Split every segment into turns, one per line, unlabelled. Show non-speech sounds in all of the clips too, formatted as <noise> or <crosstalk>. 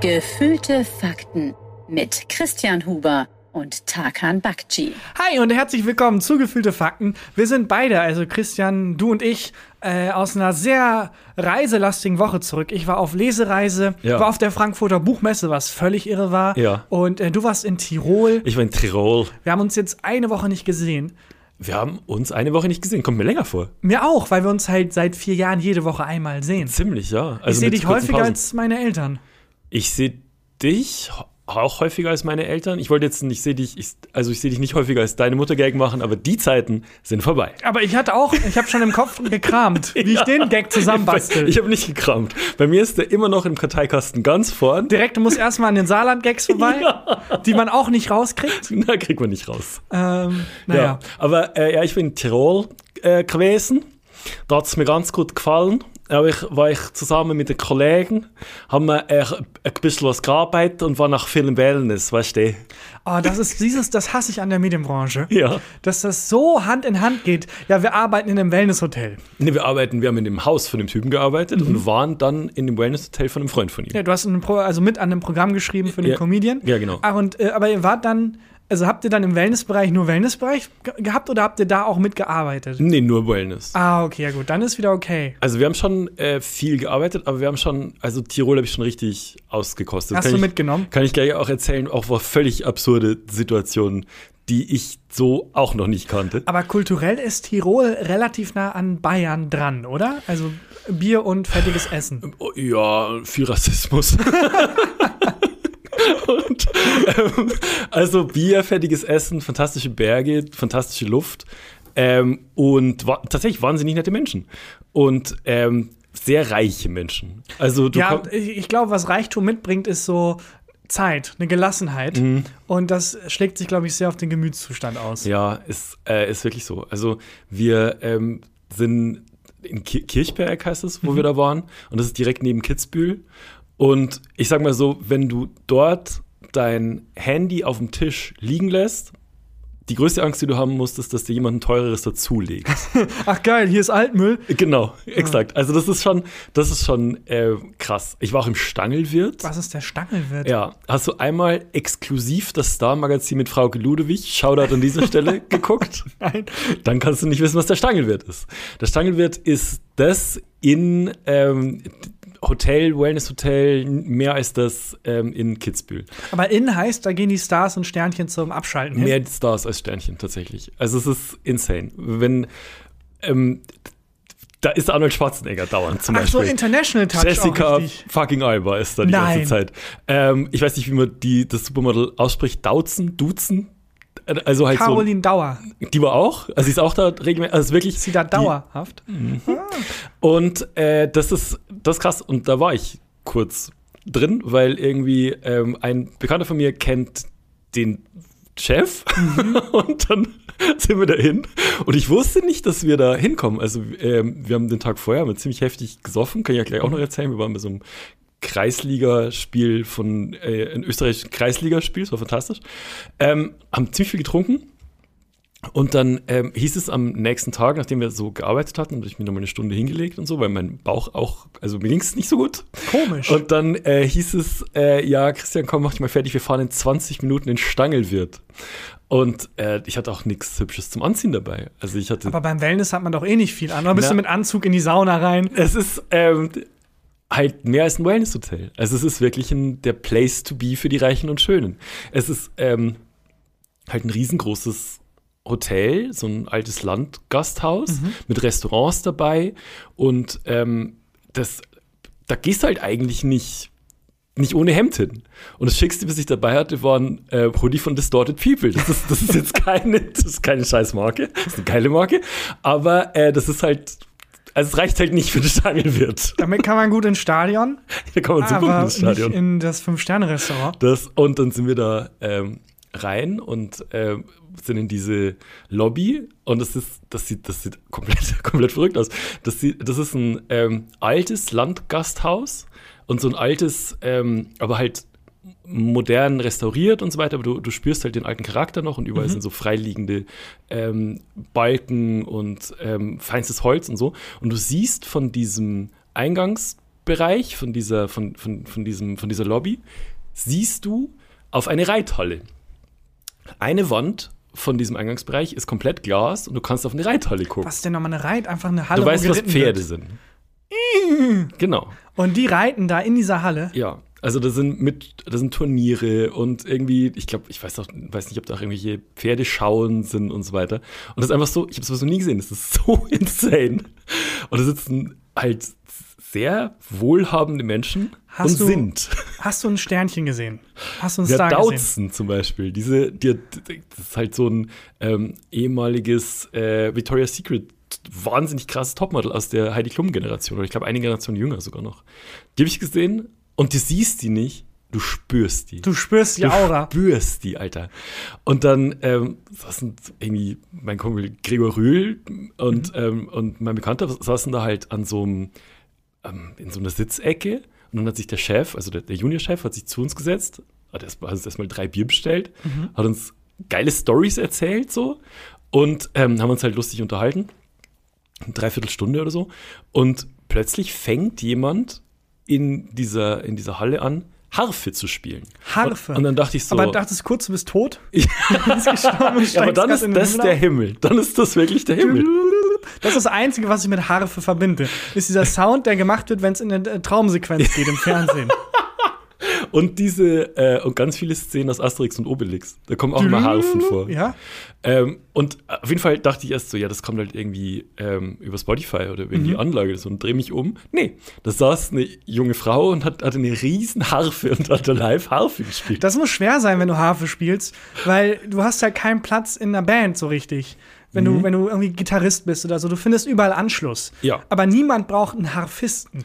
Gefühlte Fakten mit Christian Huber und Tarkan Bakci.
Hi und herzlich willkommen zu Gefühlte Fakten. Wir sind beide, also Christian, du und ich, äh, aus einer sehr reiselastigen Woche zurück. Ich war auf Lesereise,
Ja.
war auf der Frankfurter Buchmesse, was völlig irre war.
Ja.
Und äh, du warst in Tirol.
Ich war in Tirol.
Wir haben uns jetzt eine Woche nicht gesehen.
Wir haben uns eine Woche nicht gesehen. Kommt mir länger vor.
Mir auch, weil wir uns halt seit vier Jahren jede Woche einmal sehen.
Ziemlich, ja. Also
ich sehe
mit
dich
kurzen
häufiger
Pausen.
als meine Eltern.
Ich sehe dich ho- auch häufiger als meine Eltern. Ich wollte jetzt nicht, ich sehe dich, ich, also ich sehe dich nicht häufiger als deine Mutter Gag machen, aber die Zeiten sind vorbei.
Aber ich hatte auch, ich habe schon im Kopf
<laughs>
gekramt, wie ich den Gag zusammenbastel.
Ich habe nicht gekramt. Bei mir ist der immer noch im Karteikasten ganz vorn.
Direkt muss erstmal an den Saarland-Gags vorbei, die man auch nicht rauskriegt.
<laughs> Da kriegt man nicht raus.
Ähm, naja.
Aber äh, ja, ich bin in Tirol äh, gewesen. Da hat es mir ganz gut gefallen. Aber ich war ich zusammen mit den Kollegen, haben wir äh, ein bisschen was gearbeitet und war nach Film Wellness,
<laughs>
weißt du?
Oh, das ist dieses, das hasse ich an der Medienbranche.
Ja.
Dass das so Hand in Hand geht. Ja, wir arbeiten in einem Wellnesshotel.
Nee, wir arbeiten, wir haben in dem Haus von dem Typen gearbeitet und waren dann in dem Wellness-Hotel von einem Freund von ihm.
Mhm. Ja, du hast in einem Pro, also mit an einem Programm geschrieben für den
Ja,
Comedian.
ja, genau.
Ach, und, äh, aber ihr wart dann, also habt ihr dann im Wellnessbereich nur Wellnessbereich ge gehabt oder habt ihr da auch mitgearbeitet?
Nee, nur Wellness.
Ah, okay, ja gut, dann ist wieder okay.
Also wir haben schon äh, viel gearbeitet, aber wir haben schon, also Tirol habe ich schon richtig ausgekostet.
Hast
Kann
du
ich,
mitgenommen?
Kann ich gleich auch erzählen, auch war völlig absurde Situationen, die ich so auch noch nicht kannte.
Aber kulturell ist Tirol relativ nah an Bayern dran, oder? Also Bier und fettiges Essen.
Oh, Ja, viel Rassismus. <laughs> Und, ähm, also Bier, fertiges Essen, fantastische Berge, fantastische Luft ähm, und wa tatsächlich wahnsinnig nette Menschen. Und ähm, sehr reiche Menschen. Also du
ja,
komm-
ich, ich glaube, was Reichtum mitbringt, ist so Zeit, eine Gelassenheit. Und das schlägt sich, glaube ich, sehr auf den Gemütszustand aus.
Mhm. Ja, ist, äh, ist wirklich so. Also wir ähm, sind in Ki Kirchberg heißt es, wo wir da waren. Und das ist direkt neben Kitzbühel. Und ich sag mal so, wenn du dort dein Handy auf dem Tisch liegen lässt, die größte Angst, die du haben musst, ist, dass dir jemand ein teureres dazulegt.
Ach geil, hier ist Altmüll.
genau, exakt. Also das ist schon, das ist schon äh, krass. Ich war auch im Stangelwirt.
Was ist der Stangelwirt?
Ja, hast du einmal exklusiv das Star-Magazin mit Frauke Ludewig, Shoutout an dieser Stelle, geguckt? Nein. <laughs> Dann kannst du nicht wissen, was der Stangelwirt ist. Der Stangelwirt ist das in ähm, Hotel, Wellness-Hotel, mehr als das ähm, in Kitzbühel.
Aber innen heißt, da gehen die Stars und Sternchen zum Abschalten hin.
Mehr Stars als Sternchen tatsächlich. Also es ist insane. Wenn, ähm, da ist Arnold Schwarzenegger dauernd zum
Ach so,
Beispiel.
International Touch
Jessica
auch richtig.
fucking Alba ist da die
Nein.
ganze Zeit. Ähm, ich weiß nicht, wie man die, das Supermodel ausspricht. Dauzen? Duzen? Äh, Also halt
Caroline Dauer.
so. Die war auch. Also sie ist auch da regelmäßig. Also wirklich.
Sie da
die-
dauerhaft.
Und äh, das ist das ist krass. Und da war ich kurz drin, weil irgendwie ähm, ein Bekannter von mir kennt den Chef <laughs> und dann sind wir da hin. Und ich wusste nicht, dass wir da hinkommen. Also ähm, wir haben den Tag vorher haben wir ziemlich heftig gesoffen, kann ich ja gleich auch noch erzählen. Wir waren bei so einem Kreisligaspiel von äh, ein österreichischen Kreisligaspiel, das war fantastisch. Ähm, haben ziemlich viel getrunken. Und dann ähm, hieß es am nächsten Tag, nachdem wir so gearbeitet hatten, habe ich mir nochmal eine Stunde hingelegt und so, weil mein Bauch auch, also mir ging es nicht so gut.
Komisch.
Und dann äh, hieß es, äh, ja, Christian, komm, mach dich mal fertig, wir fahren in 20 Minuten in Stangelwirt. Und äh, ich hatte auch nichts Hübsches zum Anziehen dabei. Also ich hatte.
Aber beim Wellness hat man doch eh nicht viel an. Oder bist
Na.
du mit Anzug in die Sauna rein?
es ist ähm, halt mehr als ein Wellness-Hotel. Also es ist wirklich ein, der Place to be für die Reichen und Schönen. Es ist ähm, halt ein riesengroßes Hotel, so ein altes Landgasthaus mit Restaurants dabei und ähm, das, da gehst du halt eigentlich nicht nicht ohne Hemd hin. Und das Schickste, was ich dabei hatte, war ein äh, Hoodie von Distorted People. Das ist, das ist jetzt <laughs> keine, das ist keine scheiß Marke, das ist eine geile Marke, aber äh, das ist halt, also es reicht halt nicht für den Stangelwirt.
Damit kann man gut ins Stadion,
Da kann man super
aber
ins Stadion.
nicht in das Fünf-Sterne-Restaurant.
Das, und dann sind wir da ähm, rein und ähm, sind in diese Lobby und das ist, das sieht, das sieht <laughs> komplett, komplett verrückt aus. Das, sieht, das ist ein ähm, altes Landgasthaus und so ein altes, ähm, aber halt modern restauriert und so weiter, aber du, du spürst halt den alten Charakter noch und
Mhm.
überall sind so freiliegende ähm, Balken und ähm, feinstes Holz und so. Und du siehst von diesem Eingangsbereich Bereich von dieser, von, von, von, diesem, von dieser Lobby siehst du auf eine Reithalle. Eine Wand von diesem Eingangsbereich ist komplett Glas und du kannst auf eine Reithalle gucken.
Was ist denn nochmal eine Reit? Einfach eine Halle.
du weißt,
wo
was
geritten
Pferde
wird.
sind. genau.
Und die reiten da in dieser Halle.
Ja, also da sind mit, da sind Turniere und irgendwie, ich glaube, ich weiß auch, weiß nicht, ob da auch irgendwelche Pferdeschauen sind und so weiter. Und das ist einfach so, ich habe sowas noch nie gesehen. Das ist <laughs> so insane. Und da sitzen halt sehr wohlhabende Menschen
Hast
und
du-
sind.
Hast du ein Sternchen gesehen? Hast du einen
Ja,
Star gesehen?
Dautzen zum Beispiel. Diese, die, die- das ist halt so ein ähm, ehemaliges äh, Victoria's Secret wahnsinnig krasses Topmodel aus der Heidi Klum Generation oder ich glaube eine Generation jünger sogar noch. Die habe ich gesehen und du siehst die nicht, du spürst die.
Du spürst die
Du
Aura.
spürst die, Alter. Und dann, ähm, saßen irgendwie mein Kumpel Gregor Rühl und,
Mhm.
ähm, und mein Bekannter saßen da halt an so einem, ähm, in so einer Sitzecke. Und dann hat sich der Chef, also der, der Juniorchef, hat sich zu uns gesetzt, hat erst- hat uns erstmal drei Bier bestellt,
Mhm.
hat uns geile Stories erzählt so und ähm, haben uns halt lustig unterhalten. Eine Dreiviertelstunde oder so. Und plötzlich fängt jemand in dieser, in dieser Halle an, Harfe zu spielen.
Harfe.
Und, und dann dachte ich so.
Aber dachtest kurz, du bist tot?
<laughs>
<laughs>
Ja.
Bist gestorben und
Ja, aber
steigst
dann
grad
ist
in den
das
Himmel
der
auf?
Himmel. Dann ist das wirklich der Himmel.
Das ist das Einzige, was ich mit Harfe verbinde. Ist dieser Sound, der gemacht wird, wenn es in eine äh, Traumsequenz geht im
<laughs>
Fernsehen.
Und diese äh, und ganz viele Szenen aus Asterix und Obelix. Da kommen auch immer Harfen vor.
Ja?
Ähm, und auf jeden Fall dachte ich erst so, ja, das kommt halt irgendwie ähm, über Spotify oder über
Mhm.
die Anlage so und drehe mich um. Nee, da saß eine junge Frau und hat, hatte eine riesen Harfe und hat da live Harfe gespielt.
Das muss schwer sein, wenn du Harfe spielst, weil du hast ja keinen Platz in einer Band so richtig. Wenn du, wenn du irgendwie Gitarrist bist oder so, du findest überall Anschluss.
Mhm. Ja.
Aber niemand braucht einen Harfisten.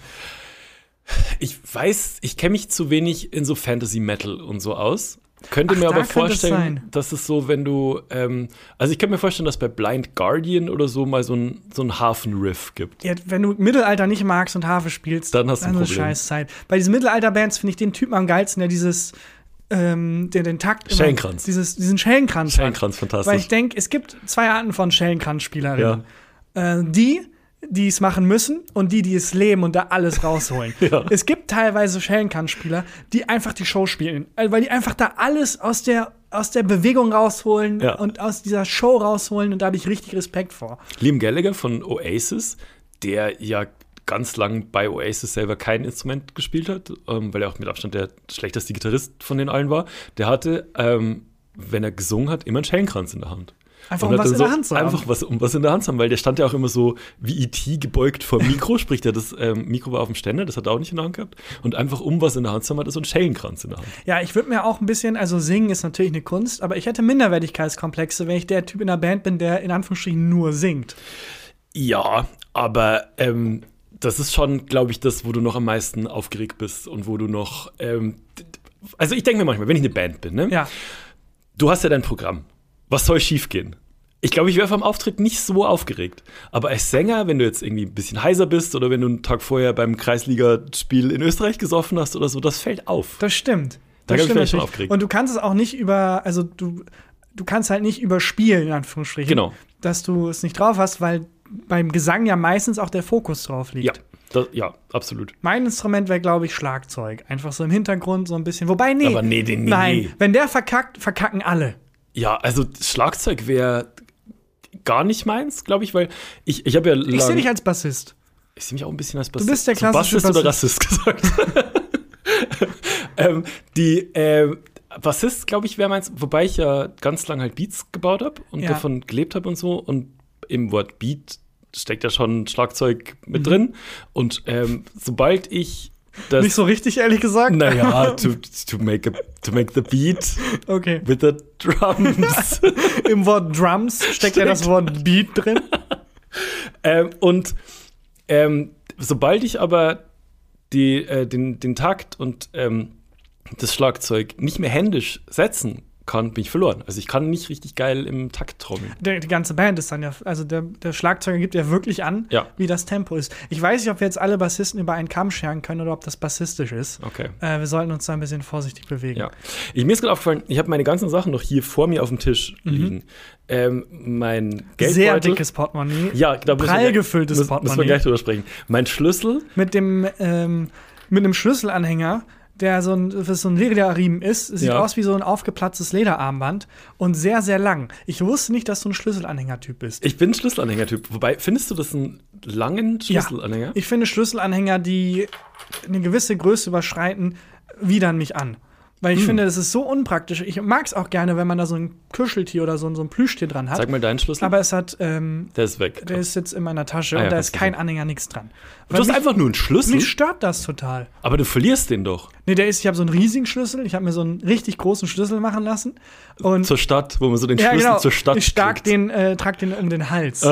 Ich weiß, ich kenne mich zu wenig in so Fantasy Metal und so aus. Könnte
Ach,
mir
da
aber
könnte es
vorstellen,
sein.
dass es so, wenn du, ähm, also ich könnte mir vorstellen, dass bei Blind Guardian oder so mal so ein, so ein Hafenriff gibt.
Ja, wenn du Mittelalter nicht magst und Harfe spielst,
Dann hast du ein
eine
Problem.
Scheißzeit. Bei diesen Mittelalter-Bands finde ich den Typen am geilsten, der dieses, ähm, der den Takt immer-
Schellenkranz.
Dieses, diesen Schellenkranz. hat.
Scheinkranz,
Weil ich
fantastisch.
denke, es gibt zwei Arten von Schellenkranzspielerinnen. Äh, die, die es machen müssen und die, die es leben und da alles rausholen.
<laughs> Ja.
Es gibt teilweise Schellenkranzspieler, die einfach die Show spielen, äh, weil die einfach da alles aus der, aus der Bewegung rausholen
Ja.
und aus dieser Show rausholen und da habe ich richtig Respekt vor.
Liam Gallagher von Oasis, der ja ganz lang bei Oasis selber kein Instrument gespielt hat, ähm, weil er auch mit Abstand der schlechteste Gitarrist von den allen war, der hatte, ähm, wenn er gesungen hat, immer einen Schellenkranz in der Hand.
Einfach
Und
um was
hat dann
in
so
der Hand zu haben.
Einfach was, um was in der Hand zu haben, weil der stand ja auch immer so wie E.T. gebeugt vor dem Mikro, sprich, der das ähm, Mikro war auf dem Ständer, das hat er auch nicht in der Hand gehabt. Und einfach um was in der Hand zu haben, hat er so einen Schellenkranz in der Hand.
Ja, ich würde mir auch ein bisschen, also singen ist natürlich eine Kunst, aber ich hätte Minderwertigkeitskomplexe, wenn ich der Typ in der Band bin, der in Anführungsstrichen nur singt.
Ja, aber ähm, das ist schon, glaube ich, das, wo du noch am meisten aufgeregt bist und wo du noch. Ähm, d- d- also, ich denke mir manchmal, wenn ich eine Band bin, ne?
Ja.
du hast ja dein Programm. Was soll schiefgehen? Ich glaube, ich wäre vom Auftritt nicht so aufgeregt. Aber als Sänger, wenn du jetzt irgendwie ein bisschen heiser bist oder wenn du einen Tag vorher beim Kreisligaspiel in Österreich gesoffen hast oder so, das fällt auf.
Das stimmt. das
Da hab ich
stimmt
mich schon
natürlich.
aufgeregt.
Und du kannst es auch nicht über, also du, du kannst halt nicht überspielen, in Anführungsstrichen.
Genau.
Dass du es nicht drauf hast, weil beim Gesang ja meistens auch der Fokus drauf liegt.
Ja, das, ja, absolut.
Mein Instrument wäre, glaube ich, Schlagzeug. Einfach so im Hintergrund, so ein bisschen. Wobei, nee.
Aber nee, nee, nee,
nein.
nee.
Wenn der verkackt, verkacken alle.
Ja, also Schlagzeug wäre gar nicht meins, glaube ich, weil ich, ich habe ja
Ich sehe
lang-
dich als Bassist.
Ich sehe mich auch ein bisschen als Bassist.
bist der
Zu
klassische
Bassist oder Rassist gesagt. <laughs> ähm, die ähm, Bassist, glaube ich, wäre meins, wobei ich ja ganz lange halt Beats gebaut habe und
Ja.
davon gelebt habe und so. Und im Wort Beat steckt ja schon Schlagzeug mit
Mhm.
drin. Und ähm, sobald ich das.
Nicht so richtig, ehrlich gesagt.
Naja, to, to, make a, to make the beat
Okay.
with the
<laughs>
drums.
Im Wort Drums steckt ja das Wort Beat drin.
Ähm, und ähm, sobald ich aber die, äh, den, den Takt und ähm, das Schlagzeug nicht mehr händisch setzen kann, bin ich verloren. Also ich kann nicht richtig geil im Takt trommeln.
Der, die ganze Band ist dann ja, also der, der Schlagzeuger gibt ja wirklich an,
Ja.
wie das Tempo ist. Ich weiß nicht, ob wir jetzt alle Bassisten über einen Kamm scheren können oder ob das bassistisch ist.
Okay.
Äh, wir sollten uns da ein bisschen vorsichtig bewegen.
Ja. Ich, mir ist gerade aufgefallen, ich habe meine ganzen Sachen noch hier vor mir auf dem Tisch liegen. Ähm, mein Geldbeutel.
Mhm. Sehr dickes Portemonnaie.
Ja, da müssen wir-
Prall gefülltes
müssen- Müssen wir
Portemonnaie.
gleich drüber sprechen. Mein Schlüssel,
mit dem ähm, mit einem Schlüsselanhänger, der so ein, das so ein Lederriemen ist, sieht
Ja.
aus wie so ein aufgeplatztes Lederarmband und sehr, sehr lang. Ich wusste nicht, dass du ein Schlüsselanhänger-Typ bist.
ich bin Schlüsselanhänger-Typ. Wobei, findest du das einen langen Schlüsselanhänger?
Ich finde Schlüsselanhänger, die eine gewisse Größe überschreiten, widern mich an. Weil
Hm.
ich finde, das ist so unpraktisch. Ich mag es auch gerne, wenn man da so ein Kuscheltier oder so, ein- so ein Plüschtier dran hat.
Sag mal deinen Schlüssel.
Aber es hat, ähm,
der ist weg.
der ist jetzt in meiner Tasche
Ah ja,
und da
kannst
ist
du
kein
sehen.
Anhänger, nichts dran.
du
Weil
hast
mich,
einfach nur einen Schlüssel,
mich stört das total.
aber du verlierst den doch.
Nee, der ist, ich habe so einen riesigen Schlüssel, ich habe mir so einen richtig großen Schlüssel machen lassen. Und
Zur Stadt, wo man so den
ja,
Schlüssel
genau,
zur Stadt
ich trag
kriegt.
den, äh, trag den um den Hals.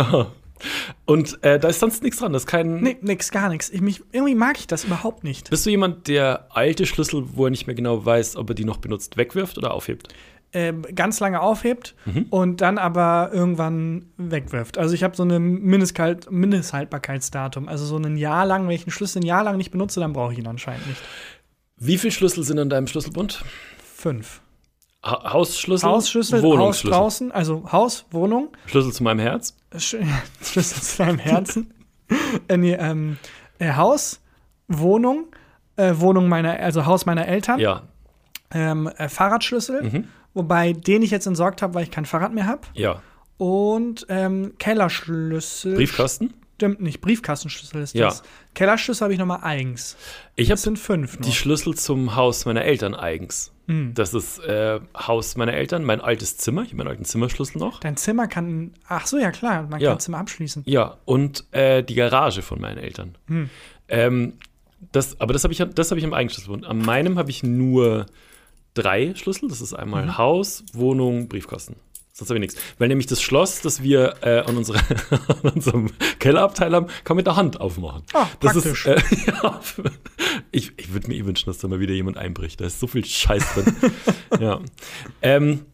Und äh, da ist sonst nichts dran. Das ist kein.
Nee, nix, gar nichts. Ich mich, irgendwie mag ich das überhaupt nicht.
Bist du jemand, der alte Schlüssel, wo er nicht mehr genau weiß, ob er die noch benutzt, wegwirft oder aufhebt?
Ähm, ganz lange aufhebt
Mhm.
und dann aber irgendwann wegwirft. Also ich habe so eine Mindestkalt Mindesthaltbarkeitsdatum. Also so ein Jahr lang, wenn ich einen Schlüssel ein Jahr lang nicht benutze, dann brauche ich ihn anscheinend nicht.
Wie viele Schlüssel sind an deinem Schlüsselbund?
Fünf.
Ha Hausschlüssel,
Hausschlüssel, Haus
Wohnungsschlüssel,
draußen, also Haus, Wohnung,
Schlüssel zu meinem Herz.
Sch- <laughs> Schlüssel zu deinem Herzen. äh, nee, ähm, äh, Haus, Wohnung, äh, Wohnung meiner, also Haus meiner Eltern,
Ja, Mhm.
ähm, äh, Fahrradschlüssel, wobei den ich jetzt entsorgt habe, weil ich kein Fahrrad mehr habe.
ja.
Und ähm, Kellerschlüssel.
Briefkasten.
Stimmt nicht, Briefkastenschlüssel ist
Ja.
das. Kellerschlüssel habe ich nochmal eigens.
Ich habe
Das sind fünf nur.
die Schlüssel zum Haus meiner Eltern eigens.
Hm.
Das ist äh, Haus meiner Eltern, mein altes Zimmer. Ich habe meinen alten Zimmerschlüssel noch.
Dein Zimmer kann. Ach so, ja klar, man
Ja.
kann Zimmer abschließen.
Ja, und äh, die Garage von meinen Eltern.
Hm.
Ähm, das, aber das habe ich, das hab ich am eigenen Schlüsselbund. An meinem habe ich nur drei Schlüssel. Das ist einmal
Mhm.
Haus, Wohnung, Briefkasten. Sonst habe ich nichts. Weil nämlich das Schloss, das wir äh, an, unserer, <laughs> an unserem Kellerabteil haben, kann man mit der Hand aufmachen.
Ah,
das
praktisch.
Ist, äh, <laughs> ja, ich ich würde mir eh wünschen, dass da mal wieder jemand einbricht. Da ist so viel Scheiß
<laughs>
drin. ja. Ähm,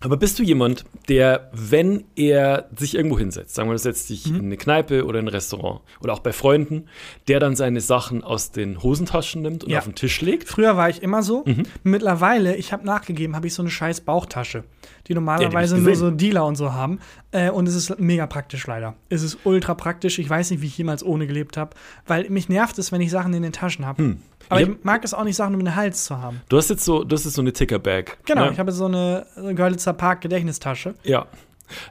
aber bist du jemand, der, wenn er sich irgendwo hinsetzt, sagen wir, du setzt
Mhm.
dich in eine Kneipe oder in ein Restaurant oder auch bei Freunden, der dann seine Sachen aus den Hosentaschen nimmt und
Ja.
auf den Tisch legt?
Früher war ich immer so.
Mhm.
Mittlerweile, ich habe nachgegeben, habe ich so eine scheiß Bauchtasche, die normalerweise
Ja, die hab
nur
ich
so Dealer und so haben. Äh, und es ist mega praktisch leider. Es ist ultra praktisch. Ich weiß nicht, wie ich jemals ohne gelebt habe, weil mich nervt es, wenn ich Sachen in den Taschen habe.
Hm.
Aber
Ich
ich mag es auch nicht, Sachen um den Hals zu haben.
Du hast jetzt so, das ist so eine Tickerbag.
Genau,
ne?
ich habe so eine so eine Görlitzer Park Gedächtnistasche.
Ja.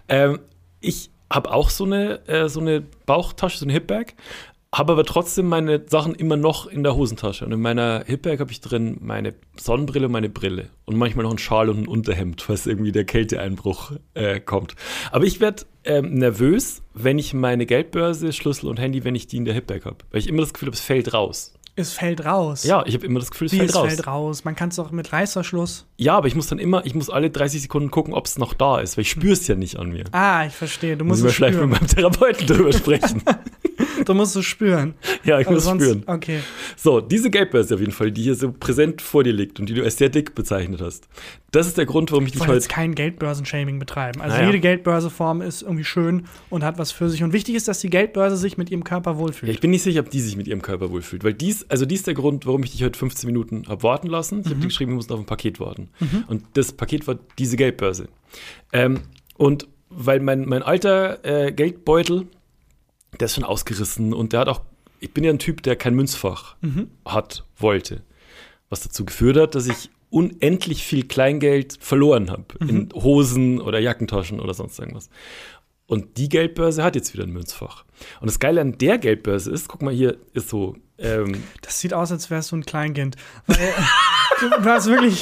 Ähm, ich habe auch so eine, äh, so eine Bauchtasche, so eine Hipbag, habe aber trotzdem meine Sachen immer noch in der Hosentasche. Und in meiner Hipbag habe ich drin meine Sonnenbrille und meine Brille. Und manchmal noch einen Schal und ein Unterhemd, falls irgendwie der Kälteeinbruch äh, kommt. Aber ich werde ähm, nervös, wenn ich meine Geldbörse, Schlüssel und Handy, wenn ich die in der Hipbag habe. Weil ich immer das Gefühl habe, es fällt raus.
Es fällt raus.
Ja, ich habe immer das Gefühl, es
Wie,
fällt
es
raus.
fällt raus. Man kann es auch mit Reißverschluss.
Ja, aber ich muss dann immer, ich muss alle 30 Sekunden gucken, ob es noch da ist, weil ich spüre es ja nicht an mir.
Ah, ich verstehe. Du musst
Müssen wir
es
vielleicht mit
spüren.
meinem Therapeuten
<laughs>
drüber sprechen.
Du musst es spüren.
<laughs> ja, ich
Aber
muss
sonst,
spüren.
Okay.
So, diese Geldbörse auf jeden Fall, die hier so präsent vor dir liegt und die du als sehr dick bezeichnet hast. Das ist der Grund, warum ich
Ich
dich
wollte
heute.
jetzt kein Geldbörsenshaming betreiben. Also
Naja.
jede Geldbörseform ist irgendwie schön und hat was für sich. Und wichtig ist, dass die Geldbörse sich mit ihrem Körper
Ja,
wohlfühlt.
ich bin nicht sicher, ob die sich mit ihrem Körper wohlfühlt. Weil dies, also dies ist der Grund, warum ich dich heute 15 Minuten habe warten lassen. Ich habe dir geschrieben, wir mussten auf ein Paket warten. Und das Paket war diese Geldbörse. Ähm, und weil mein, mein alter äh, Geldbeutel, der ist schon ausgerissen und der hat auch, ich bin ja ein Typ, der kein Münzfach hat, wollte. Was dazu geführt hat, dass ich unendlich viel Kleingeld verloren habe. In Hosen oder Jackentaschen oder sonst irgendwas. Und die Geldbörse hat jetzt wieder ein Münzfach. Und das Geile an der Geldbörse ist, guck mal, hier ist so, ähm,
Das sieht aus, als wärst du ein Kleinkind. Weil <laughs> du, du hast wirklich.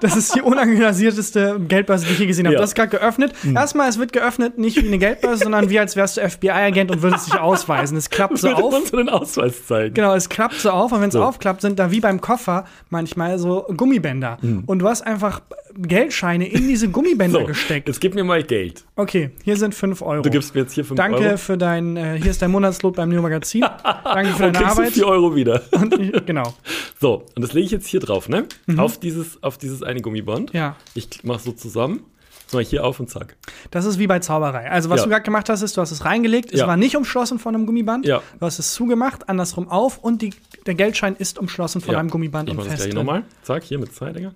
Das ist die unangenisierteste Geldbörse, die ich je gesehen habe.
Ja. Hm.
Du hast gerade geöffnet. Erstmal, es wird geöffnet, nicht wie eine Geldbörse, sondern wie als wärst du FBI-Agent und würdest dich ausweisen. Es klappt <laughs> so
<laughs> würde
auf.
uns einen Ausweis zeigen.
Genau, es klappt so auf und wenn es
So.
aufklappt, sind da wie beim Koffer manchmal so Gummibänder. Und du hast einfach Geldscheine in diese Gummibänder
Mhm. <laughs> So,
gesteckt.
jetzt gib mir mal Geld.
Okay, hier sind 5 Euro.
Du gibst mir jetzt hier 5
Danke
Euro.
für dein, äh, hier ist dein Monatslob beim New Magazin. Danke für
<laughs> Und
deine
kriegst du
Arbeit. <laughs>
4 Euro wieder.
Und ich, genau.
So, und das lege ich jetzt hier drauf, ne? Auf, dieses, auf dieses ein Gummiband.
Mhm. Ja.
Ich mache so zusammen. Das mache ich hier auf und zack.
Das ist wie bei Zauberei. Also, was
Ja.
du gerade gemacht hast, ist, du hast es reingelegt, es
Ja.
war nicht umschlossen von einem Gummiband.
Ja.
Du hast es zugemacht, andersrum auf und die, der Geldschein ist umschlossen von
Ja.
einem Gummiband
Ich
und
mache das
fest.
gleich
drin.
nochmal. Zack, hier mit zwei Dingern.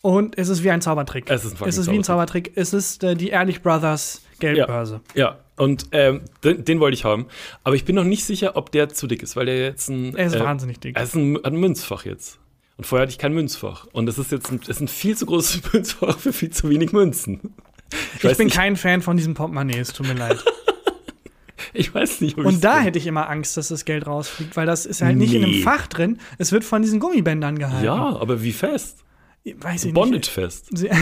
Und es ist wie ein Zaubertrick.
Es ist ein fucking
es ist wie ein Zaubertrick. Es ist äh, die Ehrlich Brothers Geldbörse.
Ja, und ähm, den, den wollte ich haben. Aber ich bin noch nicht sicher, ob der zu dick ist, weil der jetzt ein.
Er ist
äh,
wahnsinnig dick.
Er ist ein, hat ein Münzfach jetzt. Und vorher hatte ich kein Münzfach. Und es ist jetzt ein, es ist ein viel zu großes <laughs> Münzfach für viel zu wenig Münzen.
ich bin
nicht,
kein Fan von diesem Portemonnaie, es tut mir leid.
<laughs> ich weiß nicht, ob ich's
Und da
bin.
hätte ich immer Angst, dass das Geld rausfliegt, weil das ist halt nicht in einem
Nee.
Fach drin. Es wird von diesen Gummibändern gehalten.
Ja, aber wie fest?
Weiß ich nicht.
Bondage fest.
Sie, Ja,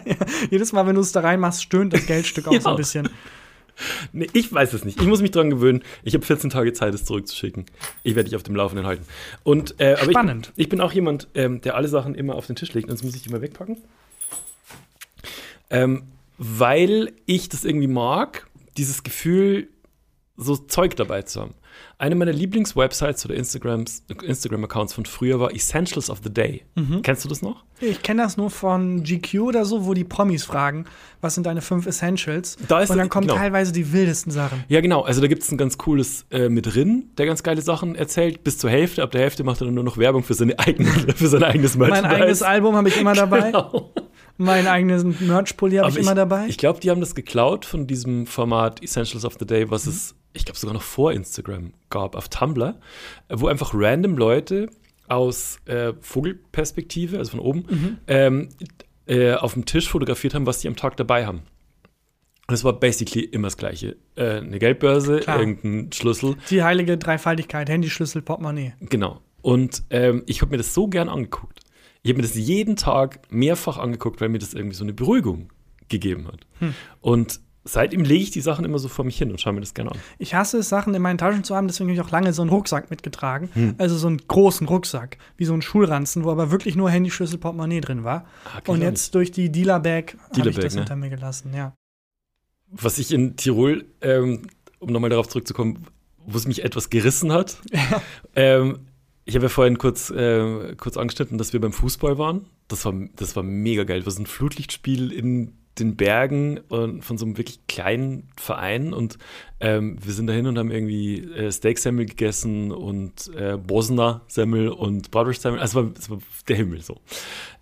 <laughs> Jedes Mal, wenn du es da reinmachst, stöhnt das
<laughs>
Geldstück auch so ein
Ja.
bisschen.
Nee, ich weiß es nicht. Ich muss mich dran gewöhnen. Ich habe 14 Tage Zeit, es zurückzuschicken. Ich werde dich auf dem Laufenden halten. Und, äh, aber
Spannend.
Ich, ich bin auch jemand, ähm, der alle Sachen immer auf den Tisch legt und das muss ich immer wegpacken. Ähm, weil ich das irgendwie mag, dieses Gefühl, so Zeug dabei zu haben. Eine meiner Lieblingswebsites oder Instagrams, Instagram-Accounts von früher war Essentials of the Day. Kennst du das noch?
Ich kenne das nur von GQ oder so, wo die Promis fragen, was sind deine fünf Essentials?
Da ist-
Und dann kommen
genau.
teilweise die wildesten Sachen.
Ja, genau. Also da gibt's ein ganz cooles äh, mit Rin, der ganz geile Sachen erzählt, bis zur Hälfte. Ab der Hälfte macht er dann nur noch Werbung für, seine <laughs> eigene, für sein eigenes Merchandise.
Mein eigenes Album habe ich
<laughs>
immer dabei.
Genau.
Mein eigenes Merch-Pulli habe ich,
Aber
immer dabei.
Ich glaube, die haben das geklaut von diesem Format Essentials of the Day,
Mhm.
was es, ich glaube, sogar noch vor Instagram gab, auf Tumblr, wo einfach random Leute aus äh, Vogelperspektive, also von oben,
Mhm.
ähm, äh, auf dem Tisch fotografiert haben, was die am Tag dabei haben. Und es war basically immer das Gleiche. Äh, eine Geldbörse,
Klar.
irgendein Schlüssel,
die heilige Dreifaltigkeit, Handyschlüssel, Portemonnaie.
Genau. Und ähm, ich habe mir das so gern angeguckt. Ich habe mir das jeden Tag mehrfach angeguckt, weil mir das irgendwie so eine Beruhigung gegeben hat.
Hm.
Und seitdem lege ich die Sachen immer so vor mich hin und schaue mir das gerne an.
Ich hasse es, Sachen in meinen Taschen zu haben, deswegen habe ich auch lange so einen Rucksack mitgetragen.
Hm.
Also so einen großen Rucksack, wie so einen Schulranzen, wo aber wirklich nur Handyschlüssel, Portemonnaie drin war.
Ah, kenn
Und
ich auch
jetzt durch die Dealerbag habe ich
Dealerbag,
das
ne?
hinter mir gelassen, ja.
nicht. Was ich in Tirol, ähm, um nochmal darauf zurückzukommen, wo es mich etwas gerissen hat. ähm, ich habe ja vorhin kurz, äh, kurz angeschnitten, dass wir beim Fußball waren. Das war, das war mega geil. Das war so ein Flutlichtspiel in den Bergen und von so einem wirklich kleinen Verein. Und ähm, wir sind dahin und haben irgendwie äh, Steak-Semmel gegessen und äh, Bosner-Semmel und Bratwurst-Semmel. Also es war, es war der Himmel so.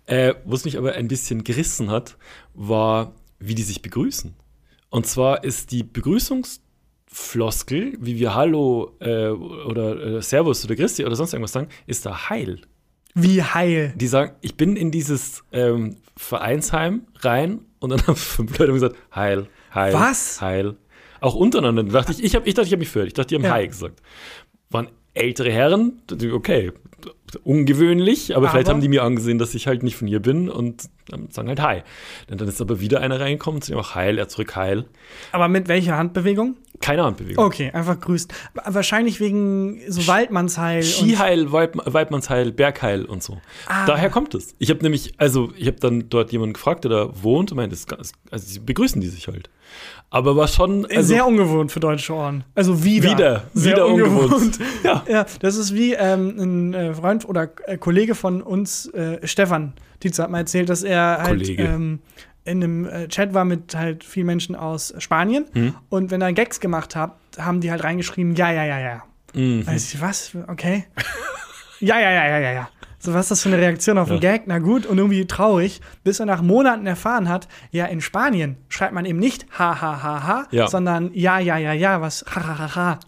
Äh, wo es mich aber ein bisschen gerissen hat, war, wie die sich begrüßen. Und zwar ist die Begrüßungs- Floskel, wie wir Hallo äh, oder äh, Servus oder Christi oder sonst irgendwas sagen, ist da heil.
Wie heil.
Die sagen, ich bin in dieses ähm, Vereinsheim rein und dann <laughs> haben fünf Leute gesagt, heil, heil,
Was?
heil. Auch untereinander dachte ich, ich, hab, ich dachte, ich habe mich verhört. Ich dachte, die haben
Ja.
heil gesagt. Waren ältere Herren, dachte ich, okay, ungewöhnlich, aber, vielleicht
Aber-
haben die mir angesehen, dass ich halt nicht von hier bin und ähm, sagen halt hi. Und dann ist aber wieder einer reingekommen und sagt auch heil, er zurück heil.
Aber mit welcher Handbewegung?
Keine Handbewegung.
Okay, einfach grüßt. Aber Wahrscheinlich wegen so Waldmannsheil. und-
Skiheil, Weib Weibmannsheil, Bergheil und so.
Ah.
Daher kommt es. Ich habe nämlich, also ich habe dann dort jemanden gefragt, der da wohnt und meinte, das ist ganz- also sie begrüßen die sich halt. Aber war schon also,
sehr ungewohnt für deutsche Ohren. Also wieder.
wieder,
Sehr
wieder ungewohnt. <laughs> Ja.
Ja, das ist wie ähm, ein äh, Freund oder äh, Kollege von uns, äh, Stefan Dietz, hat mal erzählt, dass er halt
Kollege.
ähm, in einem äh, Chat war mit halt vielen Menschen aus Spanien.
Hm.
Und wenn er Gags gemacht hat, haben die halt reingeschrieben, ja, ja, ja, ja.
Mhm.
Weiß ich, was? Okay. ja, ja, ja, ja, ja, ja. So, was ist das für eine Reaktion auf einen Gag? Na gut, und irgendwie traurig, bis er nach Monaten erfahren hat, ja, in Spanien schreibt man eben nicht ha, ha, ha, ha,
Ja.
sondern ja, ja, ja, ja, was ha, ha, ha, ha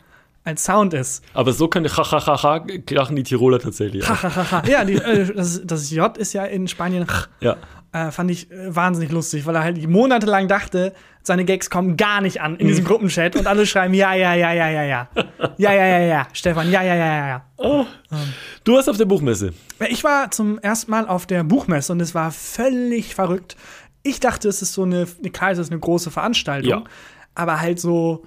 als Sound ist.
Aber so kann ich ha, ha, ha, ha, lachen die Tiroler tatsächlich. auch.
ja, die, äh, das, das J ist ja in Spanien.
Ja.
Äh, fand ich äh, wahnsinnig lustig, weil er halt monatelang dachte, seine Gags kommen gar nicht an in diesem Gruppenchat und alle schreiben ja, ja, ja, ja, ja, ja. Ja, ja, ja, ja, Stefan, ja, ja, ja, ja, ja.
Du warst auf der Buchmesse.
Ich war zum ersten Mal auf der Buchmesse und es war völlig verrückt. Ich dachte, es ist so eine, eine- klar, es ist eine große Veranstaltung,
Ja.
aber halt so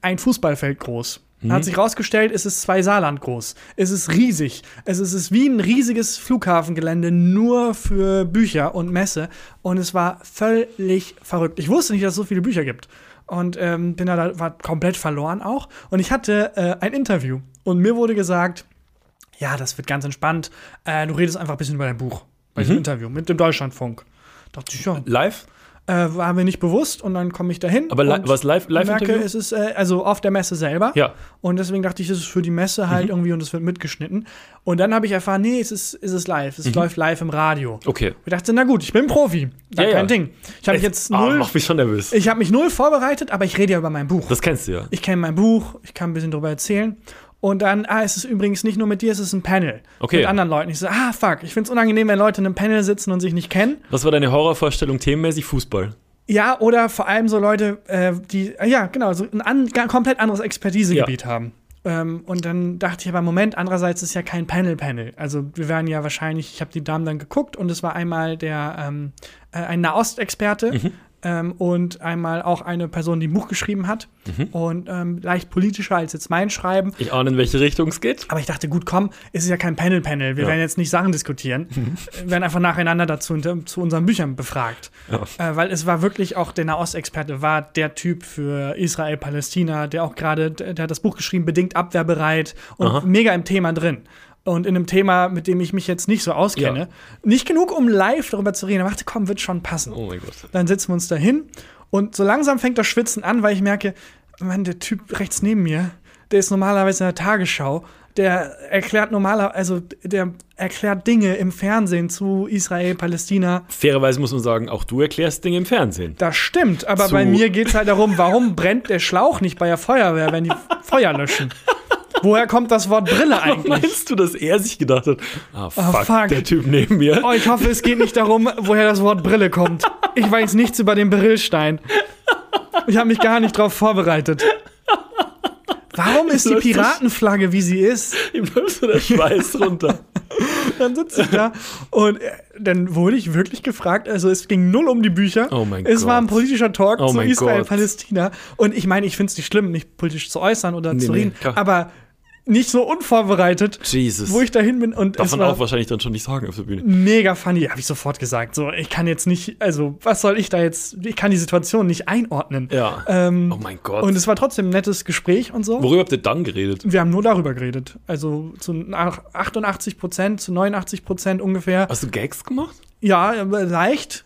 ein Fußballfeld groß. Hat sich rausgestellt, es ist zwei Saarland groß. Es ist riesig. Es ist, es ist wie ein riesiges Flughafengelände nur für Bücher und Messe. Und es war völlig verrückt. Ich wusste nicht, dass es so viele Bücher gibt. Und ähm, bin da- da war komplett verloren auch. Und ich hatte äh, ein Interview. Und mir wurde gesagt, ja, das wird ganz entspannt. Äh, du redest einfach ein bisschen über dein Buch. bei
Mhm.
diesem Interview mit dem Deutschlandfunk. Dachte ich, ja,
Live?
äh, war mir nicht bewusst und dann komme ich dahin.
Aber li-
und
was, live- Live-Interview?
merke, es ist äh, also auf der Messe selber.
Ja. Mhm.
Und deswegen dachte ich, es ist für die Messe halt irgendwie und es wird mitgeschnitten. Und dann habe ich erfahren, nee, es ist, es ist live. Es läuft live im Radio.
Mhm. Okay.
Ich dachte, na gut, ich bin Profi. Dann
Ja, ja.
kein Ding. Ich habe jetzt
Ah,
null,
macht mich schon nervös.
ich habe mich null vorbereitet, aber ich rede ja über mein Buch.
das kennst du ja.
ich kenne mein Buch, ich kann ein bisschen drüber erzählen. Und dann, ah, es ist übrigens nicht nur mit dir, es ist ein Panel.
Okay.
Mit anderen Leuten. Ich so, ah, fuck, ich find's unangenehm, wenn Leute in einem Panel sitzen und sich nicht kennen.
Was war deine Horrorvorstellung themenmäßig? Fußball.
Ja, oder vor allem so Leute, äh, die, ja, genau, so ein an, ga- komplett anderes Expertisegebiet haben. Ähm, und dann dachte ich aber, Moment, andererseits ist ja kein Panel-Panel. Also wir werden ja wahrscheinlich, ich habe die Damen dann geguckt und es war einmal der, ähm, äh, ein Nahost-Experte ähm, und einmal auch eine Person, die ein Buch geschrieben hat und ähm, leicht politischer als jetzt mein Schreiben.
Ich ahne, in welche Richtung es geht.
Aber ich dachte, gut, komm, es ist ja kein Panel-Panel. Wir
Ja. Mhm.
werden jetzt nicht Sachen
<laughs>
diskutieren. Wir werden einfach nacheinander dazu unter- zu unseren Büchern befragt. Äh, weil es war wirklich auch der Nahostexperte, war der Typ für Israel, Palästina, der auch gerade, der der hat das Buch geschrieben, bedingt abwehrbereit und mega im Thema drin. Und in einem Thema, mit dem ich mich jetzt nicht so auskenne.
Ja.
Nicht genug, um live darüber zu reden. Aber dachte, komm, wird schon passen.
Oh mein Gott.
Dann setzen wir uns dahin und so langsam fängt das Schwitzen an, weil ich merke, Mann, der Typ rechts neben mir, der ist normalerweise in der Tagesschau, der erklärt normaler, also der erklärt Dinge im Fernsehen zu Israel, Palästina.
Fairerweise muss man sagen, auch du erklärst Dinge im Fernsehen.
Das stimmt, aber
Zu-
bei mir geht es halt darum, warum brennt der Schlauch nicht bei der Feuerwehr, wenn die Feuer löschen? Woher kommt das Wort Brille eigentlich?
Meinst du, dass er sich gedacht hat, ah fuck,
fuck.
der Typ neben mir?
Oh, ich hoffe, es geht nicht darum, woher das Wort Brille kommt. Ich weiß nichts über den Brillstein. Ich habe mich gar nicht darauf vorbereitet. Warum ist die
Läuft das-
Piratenflagge, wie sie ist?
Ihm läuft so der Schweiß <laughs> runter.
Dann sitze ich da und äh, dann wurde ich wirklich gefragt. Also es ging null um die Bücher.
Oh mein
es war ein
Gott.
politischer Talk
Oh
zu
mein
Israel,
Gott.
Palästina. Und ich meine, ich finde es nicht schlimm, mich politisch zu äußern oder
Nee,
zu
nee,
reden,
klar.
aber nicht so unvorbereitet,
Jesus.
wo ich dahin bin. Und
Darf
es
man
war,
auch wahrscheinlich dann schon nicht sagen auf der Bühne.
mega funny, habe ich sofort gesagt. So, ich kann jetzt nicht, also was soll ich da jetzt, ich kann die Situation nicht einordnen.
Ja.
Ähm,
oh mein Gott.
Und es war trotzdem ein nettes Gespräch und so.
Worüber habt ihr dann geredet?
Wir haben nur darüber geredet. Also zu nach 88 Prozent, zu 89 Prozent ungefähr.
Hast du Gags gemacht?
Ja, äh, leicht.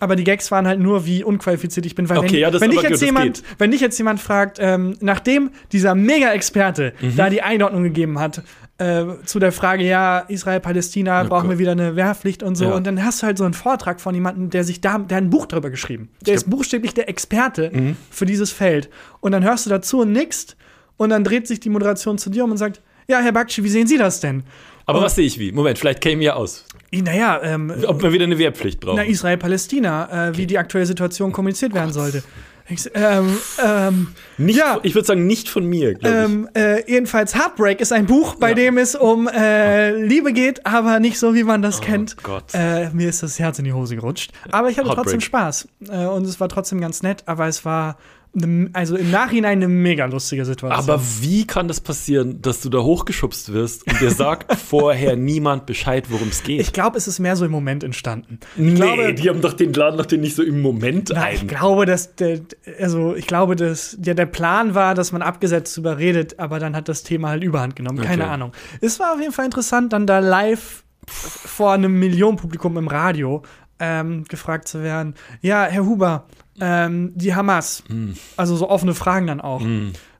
Aber die Gags waren halt nur, wie unqualifiziert ich bin. Weil
Mhm. Okay,
wenn,
ja, das ist
wenn, dich
aber
jetzt
gut, das
jemand,
geht.
wenn dich jetzt jemand fragt, ähm, nachdem dieser Mega-Experte
Mhm.
da die Einordnung gegeben hat, äh, zu der Frage, ja, Israel, Palästina, brauchen
Oh Gott.
wir wieder eine Wehrpflicht und so.
Ja.
Und dann hast du halt so einen Vortrag von jemandem, der sich da, der hat ein Buch darüber geschrieben. Der ist buchstäblich der Experte
Mhm.
für dieses Feld. Und dann hörst du dazu und nix. Und dann dreht sich die Moderation zu dir um und sagt, ja, Herr Bakshi, wie sehen Sie das denn?
Aber was sehe ich wie? Moment, vielleicht käme ja aus.
Naja, ähm,
Ob wir wieder eine Wehrpflicht brauchen.
na, Israel-Palästina, äh, wie die aktuelle Situation
Oh
kommuniziert werden sollte. Ich, so, ähm, ähm,
nicht,
ja.
Ich würde sagen, nicht von mir, glaube ich.
ähm, äh, jedenfalls, Heartbreak ist ein Buch, bei
Ja. Oh.
dem es um äh, Liebe geht, aber nicht so, wie man das kennt.
Gott.
Äh, mir ist das Herz in die Hose gerutscht. Aber ich hatte
Heartbreak.
trotzdem Spaß. Äh, und es war trotzdem ganz nett, aber es war ne, also im Nachhinein eine mega lustige Situation.
Aber wie kann das passieren, dass du da hochgeschubst wirst und dir <laughs> sagt vorher niemand Bescheid, worum es geht?
ich glaube, es ist mehr so im Moment entstanden. Ich
nee,
glaube,
die haben doch den Laden noch den nicht so im Moment
Na, ich
ein.
glaube, dass der, also ich glaube, dass ja, der Plan war, dass man abgesetzt drüber redet, aber dann hat das Thema halt überhand genommen. Keine
Okay.
Ahnung. Es war auf jeden Fall interessant, dann da live vor einem Millionenpublikum im Radio ähm, gefragt zu werden. Ja, Herr Huber, ähm, die Hamas, also so offene Fragen dann auch.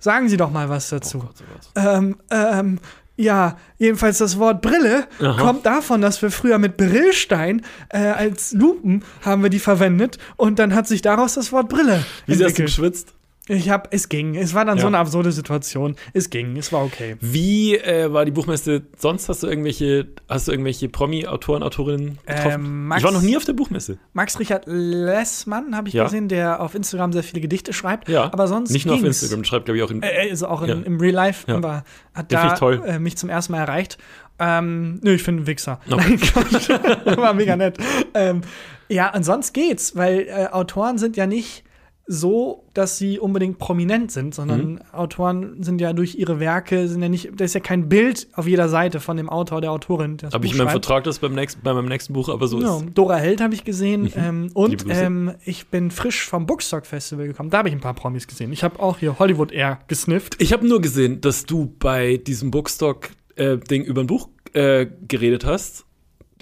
Sagen Sie doch mal was
Oh
dazu. Ähm, ähm, ja, jedenfalls das Wort Brille
Aha.
kommt davon, dass wir früher mit Brillstein äh, als Lupen haben wir die verwendet und dann hat sich daraus das Wort Brille
Wie sehr hast du
entwickelt.
geschwitzt?
Ich hab, es ging. Es war dann so
Ja.
eine absurde Situation. Es ging, es war okay.
Wie äh, war die Buchmesse sonst? Hast du irgendwelche, hast du irgendwelche Promi-Autoren, Autorinnen getroffen?
Ähm, Max-
ich war noch nie auf der Buchmesse.
Max Richard Lessmann habe ich
Ja.
gesehen, der auf Instagram sehr viele Gedichte schreibt.
Ja.
aber sonst
Nicht nur auf
ging's.
Instagram, schreibt, glaube ich, auch in.
Äh, Also auch in,
Ja.
im Real Life,
Ja.
aber hat
Den
da
find ich toll.
Äh, mich zum ersten Mal erreicht. Ähm, nö, ich finde einen Wichser.
Okay.
Nein, <laughs> Quatsch. War mega nett. Ähm, ja, und sonst geht's, weil äh, Autoren sind ja nicht so, dass sie unbedingt prominent sind, sondern
Mhm.
Autoren sind ja durch ihre Werke, sind ja nicht, da ist ja kein Bild auf jeder Seite von dem Autor, der Autorin. das
Habe ich
Buch
in meinem
schreibt.
Vertrag das beim nächsten, bei meinem nächsten Buch, aber so
Genau.
ist
Dora Held habe ich gesehen ähm, und
Mhm. Liebe Grüße.
ähm, ich bin frisch vom Bookstock Festival gekommen. Da habe ich ein paar Promis gesehen. Ich habe auch hier Hollywood Air gesnifft.
Ich habe nur gesehen, dass du bei diesem Bookstock-Ding über ein Buch äh, geredet hast.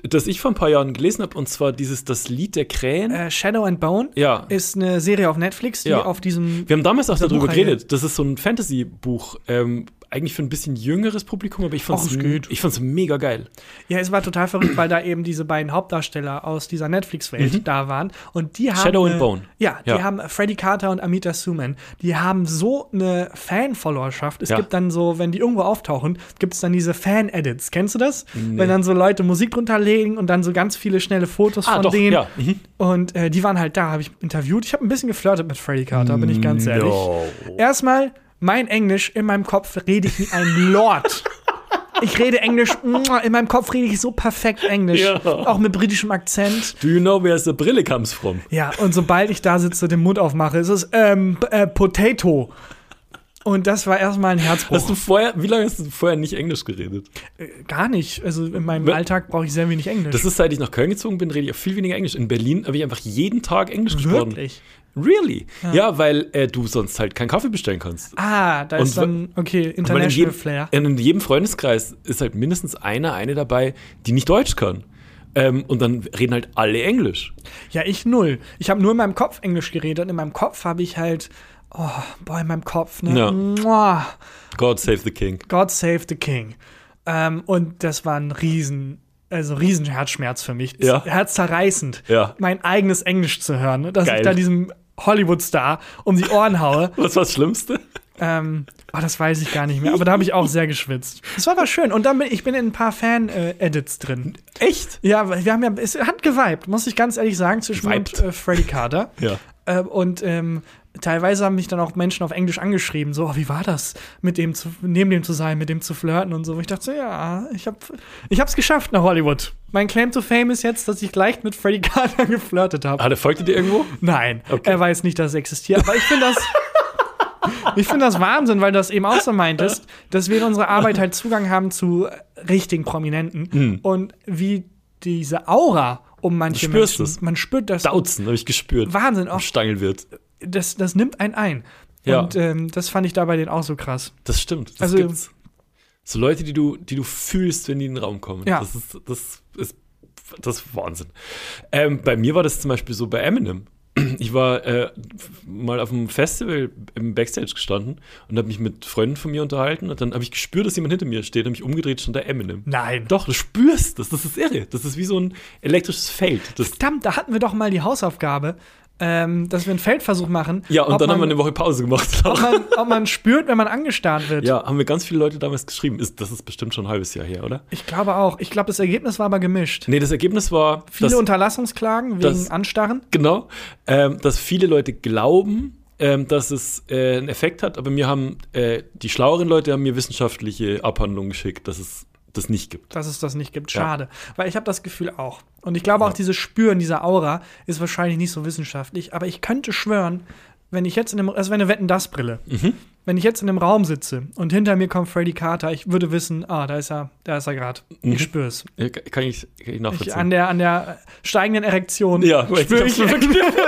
das ich vor ein paar Jahren gelesen habe, und zwar dieses Das Lied der Krähen.
Äh, Shadow and Bone
ja.
ist eine Serie auf Netflix, die
Ja.
auf diesem.
Wir haben damals auch
Dieser
darüber
Buchreihe.
geredet. Das ist so ein Fantasy-Buch. Ähm, eigentlich für ein bisschen jüngeres Publikum, aber ich fand's,
Ach, es geht.
ich fand's mega geil.
Ja, es war total verrückt, weil da eben diese beiden Hauptdarsteller aus dieser Netflix-Welt da waren. Und die haben.
Mhm. Shadow and
eine-
Bone.
Ja, die
Ja.
haben Freddie Carter und Amita Suman. Die haben so eine Fan-Followerschaft. Es
Ja.
gibt dann so, wenn die irgendwo auftauchen, gibt es dann diese Fan-Edits. Kennst du das? Wenn dann so Leute Musik drunter legen und dann so ganz viele schnelle Fotos
Ah,
von
doch,
denen.
ja. Mhm.
Und äh, die waren halt da, habe ich interviewt. Ich habe ein bisschen geflirtet mit Freddie Carter, bin ich
Mm,
ganz ehrlich. Erstmal, mein Englisch, in meinem Kopf rede ich wie ein
<laughs>
Lord. Ich rede Englisch, in meinem Kopf rede ich so perfekt Englisch.
Ja.
Auch mit britischem Akzent.
Do you know where the Brille comes from?
Ja, und sobald ich da sitze, den Mund aufmache, ist es ähm, p- äh, Potato. Und das war erstmal ein
Hast
Herzbruch.
du vorher, wie lange hast du vorher nicht Englisch geredet?
Gar nicht. Also in meinem
Wa-
Alltag brauche ich sehr wenig Englisch.
Das ist, seit ich nach Köln gezogen bin, rede ich auch viel weniger Englisch. In Berlin habe ich einfach jeden Tag Englisch gesprochen.
Wirklich?
Really? Ja, weil äh, du sonst halt keinen Kaffee bestellen kannst.
Ah, da ist
Und wa-
dann, okay,
Weil in
International
jedem,
Flair.
in jedem Freundeskreis ist halt mindestens einer, eine dabei, die nicht Deutsch kann. Ähm, und dann reden halt alle Englisch.
Ja, ich null. Ich habe nur in meinem Kopf Englisch geredet und in meinem Kopf habe ich halt, oh, boah, in meinem Kopf, ne?
Ja.
Mua,
God save the king.
God save the King. Ähm, und das war ein riesen, also riesen Herzschmerz für mich.
Ja.
Herzzerreißend,
Ja.
mein eigenes Englisch zu hören, ne? dass
Geil.
ich da diesem Hollywood-Star um die Ohren
<laughs>
haue.
Was war das Schlimmste?
ähm, oh, das weiß ich gar nicht mehr, aber da habe ich auch sehr geschwitzt. Das war aber schön. Und dann bin ich bin in ein paar Fan-Edits drin.
Echt?
Ja, weil wir haben ja, es hat geweibt, muss ich ganz ehrlich sagen, zwischen mir und
Geweibt.
äh, Freddy Carter.
<laughs> Ja.
Äh, und ähm, teilweise haben mich dann auch Menschen auf Englisch angeschrieben, so, oh, wie war das, mit dem zu, neben dem zu sein, mit dem zu flirten und so. Ich dachte so, ja, ich hab, ich hab's geschafft nach Hollywood. Mein Claim to Fame ist jetzt, dass ich leicht mit Freddy Carter <laughs> geflirtet habe.
Ah, der folgte dir irgendwo?
Nein, er weiß nicht, dass es existiert, aber ich
<laughs>
finde das. Ich finde das Wahnsinn, weil du das eben auch so meintest, dass wir in unserer Arbeit halt Zugang haben zu richtigen Prominenten und wie diese Aura um manche
Mhm. Du spürst
Menschen.
es.
Man spürt das.
Dauzen, habe ich gespürt.
Wahnsinn, oh. auch
Stangelwirt.
das, das nimmt einen ein.
Ja.
Und ähm, das fand ich da bei denen auch so krass.
Das stimmt. Das
Also-
gibt's. So Leute, die du, die du fühlst, wenn die in den Raum kommen.
Ja.
Das ist, das ist, das ist Wahnsinn. Ähm, bei mir war das zum Beispiel so bei Eminem. Ich war äh, mal auf einem Festival im Backstage gestanden und habe mich mit Freunden von mir unterhalten und dann habe ich gespürt, dass jemand hinter mir steht, habe mich umgedreht, stand da Eminem.
Nein.
Doch, du spürst das, das ist irre. Das ist wie so ein elektrisches Feld. Das,
Verdammt, da hatten wir doch mal die Hausaufgabe, ähm, dass wir einen Feldversuch machen.
ja, und
ob
dann
man,
haben wir eine Woche Pause gemacht.
ob man, ob man spürt, wenn man angestarrt wird.
Ja, haben wir ganz viele Leute damals geschrieben. Ist, das ist bestimmt schon ein halbes Jahr her, oder?
Ich glaube auch. Ich glaube, das Ergebnis war aber gemischt.
Nee, das Ergebnis war,
Viele
dass,
Unterlassungsklagen wegen
das-
Anstarren.
genau, ähm, dass viele Leute glauben, ähm, dass es äh, einen Effekt hat, aber mir haben äh, die schlaueren Leute haben mir wissenschaftliche Abhandlungen geschickt, dass es das nicht gibt.
dass es das nicht gibt. Schade. Weil ich habe das Gefühl auch. Und ich glaube auch, dieses Spüren dieser Aura ist wahrscheinlich nicht so wissenschaftlich. Aber ich könnte schwören, wenn ich jetzt in einem, also wäre eine Wetten-Das-Brille.
Mhm.
Wenn ich jetzt in einem Raum sitze und hinter mir kommt Freddy Carter, ich würde wissen, ah, da ist er, da ist er gerade.
Mhm.
Ich spüre es.
Ja, ka- Äh, kann, ich, kann ich nachvollziehen.
An der, an der steigenden Erektion
ja, ich
spüre ich, <laughs>
hab's mir verknüpft,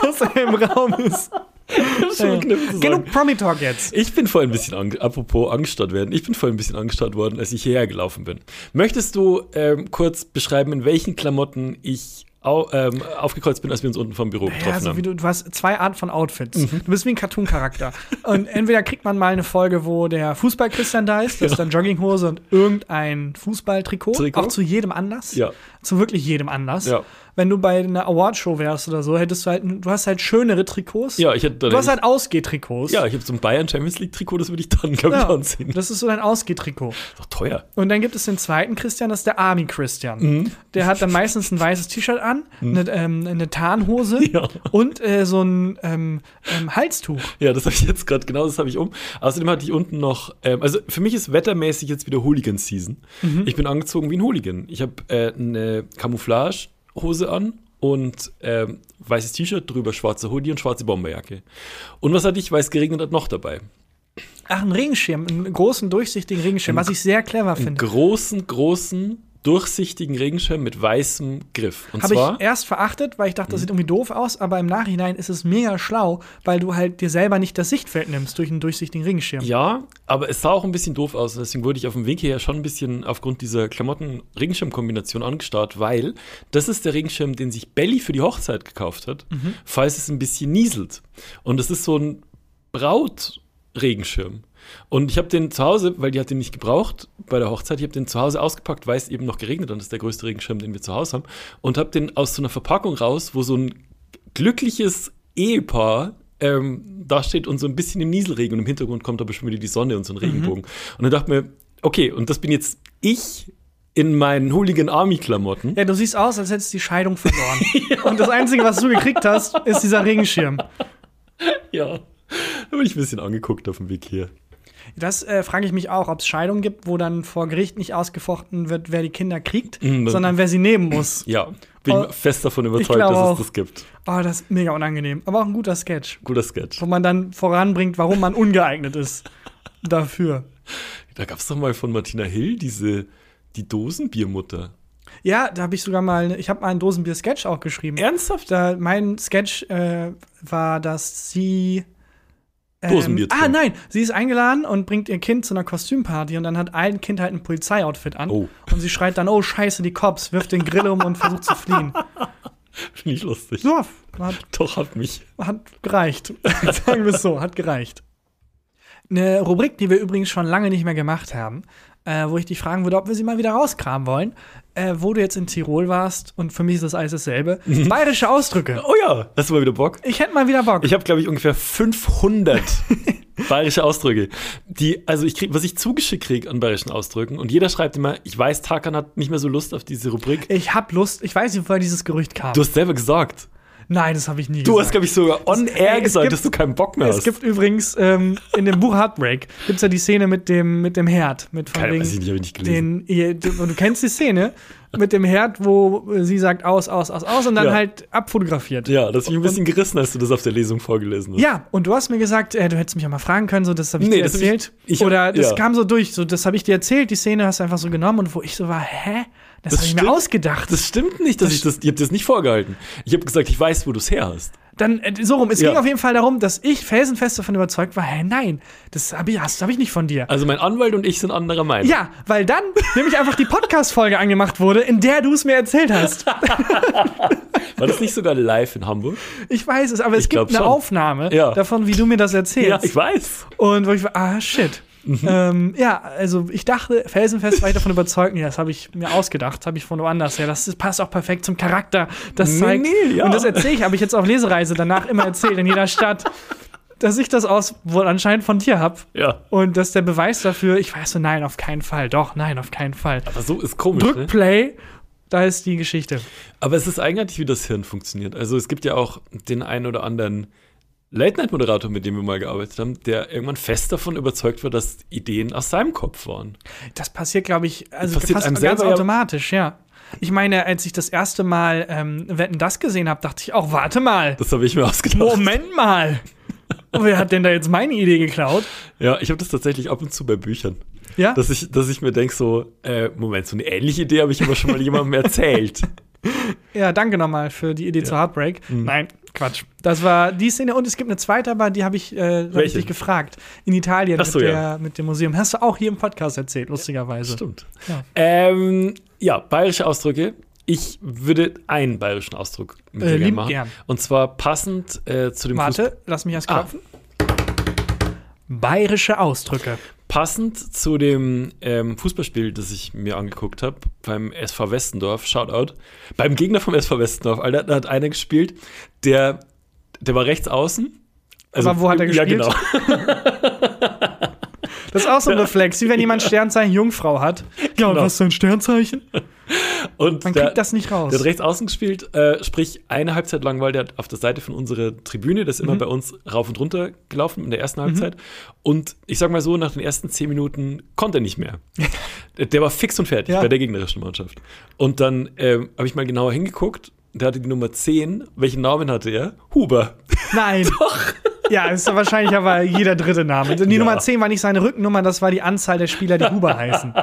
dass er im Raum ist.
ich hab's mir verknüpft zu sagen.
Genug Promi-Talk jetzt.
Ich bin vorhin ein bisschen, ang apropos angestarrt werden, ich bin vorhin ein bisschen angestarrt worden, als ich hierher gelaufen bin. Möchtest du ähm, kurz beschreiben, in welchen Klamotten ich au ähm, aufgekreuzt bin, als wir uns unten vom Büro getroffen
Ja, so
haben?
wie du, du hast zwei Arten von Outfits.
Mhm.
Du bist wie ein Cartoon-Charakter. und entweder kriegt man mal eine Folge, wo der Fußball-Christian da ist, das ist dann Jogginghose und irgendein Fußballtrikot.
Trikot.
Auch zu jedem Anlass.
Ja.
Zu wirklich jedem Anlass.
Ja.
Wenn du bei einer Awardshow wärst oder so, hättest du halt, du hast halt schönere Trikots.
Ja, ich hätte dann
Du hast halt Ausgehtrikots.
Ja, ich habe so ein Bayern Champions League Trikot, das würde ich dann, glaube ich,
Ja,
anziehen.
das ist so dein Ausgehtrikot.
Ist doch teuer.
Und dann gibt es den zweiten Christian, das ist der Army Christian.
Mhm.
Der hat dann meistens ein weißes T-Shirt an, eine, ähm, eine Tarnhose
<laughs> Ja.
und äh, so ein ähm, ähm, Halstuch.
Ja, das habe ich jetzt gerade, genau das habe ich um. Außerdem hatte ich unten noch, ähm, also für mich ist wettermäßig jetzt wieder Hooligan-Season. Ich bin angezogen wie ein Hooligan. Ich habe äh, eine Camouflage-Hose an und ähm, weißes T-Shirt, drüber schwarze Hoodie und schwarze Bomberjacke. Und was hatte ich, weil es geregnet hat, noch dabei?
Ach, einen Regenschirm, einen großen durchsichtigen Regenschirm, was ich sehr clever finde.
Großen, großen durchsichtigen Regenschirm mit weißem Griff. Und
Habe
zwar. Mhm.
ich erst verachtet, weil ich dachte, das sieht irgendwie doof aus, aber im Nachhinein ist es mega schlau, weil du halt dir selber nicht das Sichtfeld nimmst durch einen durchsichtigen Regenschirm.
ja, aber es sah auch ein bisschen doof aus. und Deswegen wurde ich auf dem Weg hierher schon ein bisschen aufgrund dieser Klamotten-Regenschirm-Kombination angestarrt, weil das ist der Regenschirm, den sich Belly für die Hochzeit gekauft hat, falls es ein bisschen nieselt. Und das ist so ein Braut-Regenschirm. Und ich habe den zu Hause, weil die hat den nicht gebraucht bei der Hochzeit, ich habe den zu Hause ausgepackt, weil es eben noch geregnet hat. Das ist der größte Regenschirm, den wir zu Hause haben. Und habe den aus so einer Verpackung raus, wo so ein glückliches Ehepaar ähm, dasteht und so ein bisschen im Nieselregen und im Hintergrund kommt aber schon wieder die Sonne und so ein
Mhm.
Regenbogen. Und dann dachte ich mir, okay, und das bin jetzt ich in meinen
<laughs>
Hooligan Army-Klamotten.
Ja, du siehst aus, als hättest du die Scheidung
<laughs>
verloren. Und das Einzige, was du gekriegt hast, ist dieser Regenschirm.
Ja. Da bin ich ein bisschen angeguckt auf dem Weg hier.
Das äh, frage ich mich auch, ob es Scheidungen gibt, wo dann vor Gericht nicht ausgefochten wird, wer die Kinder kriegt,
Mhm, das-
sondern wer sie nehmen muss.
<laughs> Ja, bin
Oh,
fest davon
ich
überzeugt,
glaub
dass
auch.
es das gibt.
Oh, das ist mega unangenehm. Aber auch ein guter Sketch,
Guter Sketch.
wo man dann voranbringt, warum man ungeeignet
<laughs>
ist dafür.
Da gab es doch mal von Martina Hill diese die Dosenbiermutter.
Ja, da habe ich sogar mal, ne, ich habe mal einen Dosenbier-Sketch auch geschrieben.
Ernsthaft?
Da, mein Sketch äh, war, dass sie.
Dosenbier
Ah,
trinkt.
nein, sie ist eingeladen und bringt ihr Kind zu einer Kostümparty und dann hat ein Kind halt ein Polizeioutfit an.
Oh.
Und sie schreit dann, oh, scheiße, die Cops, wirft den Grill um und versucht zu
<laughs>
fliehen.
Finde ich lustig.
So, hat,
Doch, hat mich.
hat gereicht. <laughs> Sagen wir es so, hat gereicht. Eine Rubrik, die wir übrigens schon lange nicht mehr gemacht haben, äh, wo ich dich fragen würde, ob wir sie mal wieder rauskramen wollen, äh, wo du jetzt in Tirol warst und für mich ist das alles dasselbe.
Mhm.
Bayerische Ausdrücke.
Oh ja, hast du mal wieder Bock?
Ich hätte mal wieder Bock.
Ich habe, glaube ich, ungefähr 500
<laughs>
bayerische Ausdrücke. Die, also ich krieg, was ich zugeschickt kriege an bayerischen Ausdrücken. Und jeder schreibt immer, ich weiß, Tarkan hat nicht mehr so Lust auf diese Rubrik.
Ich hab Lust, ich weiß nicht, woher dieses Gerücht kam.
Du hast selber gesagt.
Nein, das habe ich nie
Du
gesagt.
hast, glaube ich, sogar on air
es
gesagt,
gibt-
dass du keinen Bock mehr
es
hast.
gibt übrigens ähm, in dem Buch Heartbreak gibt's ja die Szene mit dem, mit dem Herd. Mit von
Keine-
wegen
weiß ich nicht, hab ich nicht
Den, ihr, du, du kennst die Szene mit dem Herd, wo äh, sie sagt aus, aus, aus, aus und dann
Ja.
halt abfotografiert.
Ja, das hat mich ein bisschen gerissen, als du das auf der Lesung vorgelesen hast.
Ja, und du hast mir gesagt, äh, du hättest mich auch mal fragen können, so das habe ich
Nee,
dir
das hab
erzählt.
ich- ich hab-
Oder das
ja.
kam so durch, so das habe ich dir erzählt, die Szene hast du einfach so genommen und wo ich so war, hä? Das,
Das
habe ich mir
stimmt.
ausgedacht.
Das stimmt nicht, dass ich das. Ich habe dir das nicht vorgehalten. Ich habe gesagt, ich weiß, wo du es her hast.
Dann, äh, so rum, es
Ja.
ging auf jeden Fall darum, dass ich felsenfest davon überzeugt war, hä, nein, das habe ich, das hab ich nicht von dir.
Also mein Anwalt und ich sind anderer Meinung.
Ja, weil dann nämlich einfach die Podcast-Folge angemacht wurde, in der du es mir erzählt hast.
War das nicht sogar live in Hamburg?
Ich weiß es, aber es
Ich
gibt
glaub
eine
schon.
Aufnahme
Ja.
davon, wie du mir das erzählst.
weiß.
Und wo ich war, ah, shit.
Mhm.
Ähm, ja, also ich dachte, felsenfest war ich davon überzeugt, nee, das habe ich mir ausgedacht, habe ich von woanders her. Das passt auch perfekt zum Charakter. Das
Nee,
zeigt,
nee, ja.
Und das erzähle ich, habe ich jetzt auf Lesereise danach immer erzählt, in jeder Stadt, dass ich das aus wohl anscheinend von dir habe.
Ja.
Und dass der Beweis dafür, ich weiß so, nein, auf keinen Fall, doch, nein, auf keinen Fall.
Aber so ist komisch.
Drück
ne?
Play, da ist die Geschichte.
Aber es ist eigenartig, wie das Hirn funktioniert. Also es gibt ja auch den einen oder anderen Late-Night-Moderator, mit dem wir mal gearbeitet haben, der irgendwann fest davon überzeugt war, dass Ideen aus seinem Kopf waren.
Das passiert, glaube ich, also
passiert
fast
einem
ganz
selber ja.
automatisch, ja. Ich meine, als ich das erste Mal ähm, Wetten das gesehen habe, dachte ich auch, warte mal,
Das habe ich mir ausgedacht.
Moment
<laughs>
mal. Wer hat denn da jetzt meine Idee geklaut?
Ja, ich habe das tatsächlich ab und zu bei Büchern.
Ja?
Dass ich, dass ich mir denke, so, äh, Moment, so eine ähnliche Idee habe ich aber schon mal jemandem erzählt.
Ja, danke nochmal für die Idee zu Heartbreak.
Mhm.
Nein, Quatsch. Das war die Szene und es gibt eine zweite, aber die habe ich, äh, da hab ich
Welche?
dich gefragt. In Italien
Ach so,
mit, der,
ja.
mit dem Museum. Hast du auch hier im Podcast erzählt, lustigerweise.
Stimmt.
Ja.
Ja. Ähm, ja, bayerische Ausdrücke. Ich würde einen bayerischen Ausdruck mit
Äh,
dir gerne
lieb
machen.
gern.
Und zwar passend äh, zu dem Fußball.
Warte, lass mich erst
Ah.
klopfen. Bayerische Ausdrücke.
Passend zu dem ähm, Fußballspiel, das ich mir angeguckt habe, beim SV Westendorf, Shoutout, beim Gegner vom SV Westendorf, Alter, da hat einer gespielt, der, der war rechts außen. Also,
Aber wo hat er
Ja,
gespielt?
genau. <laughs>
Das ist auch so ein Reflex, wie wenn jemand Sternzeichen Jungfrau hat. Ja, und
Genau.
was ist ein Sternzeichen?
Und
Man
der,
kriegt das nicht raus.
Der hat rechts außen gespielt, äh, sprich eine Halbzeit lang, weil der auf der Seite von unserer Tribüne, das ist
Mhm.
immer bei uns rauf und runter gelaufen in der ersten Halbzeit. Und ich sag mal so, nach den ersten zehn Minuten konnte er
<laughs>
nicht mehr. der der war fix und fertig
Ja.
bei der gegnerischen Mannschaft. Und dann ähm, habe ich mal genauer hingeguckt. Der hatte die Nummer 10. Welchen Namen hatte er? Huber.
Nein. Doch. Ja, ist doch wahrscheinlich aber jeder dritte Name. Die
Ja.
Nummer 10 war nicht seine Rückennummer, das war die Anzahl der Spieler, die Huber heißen.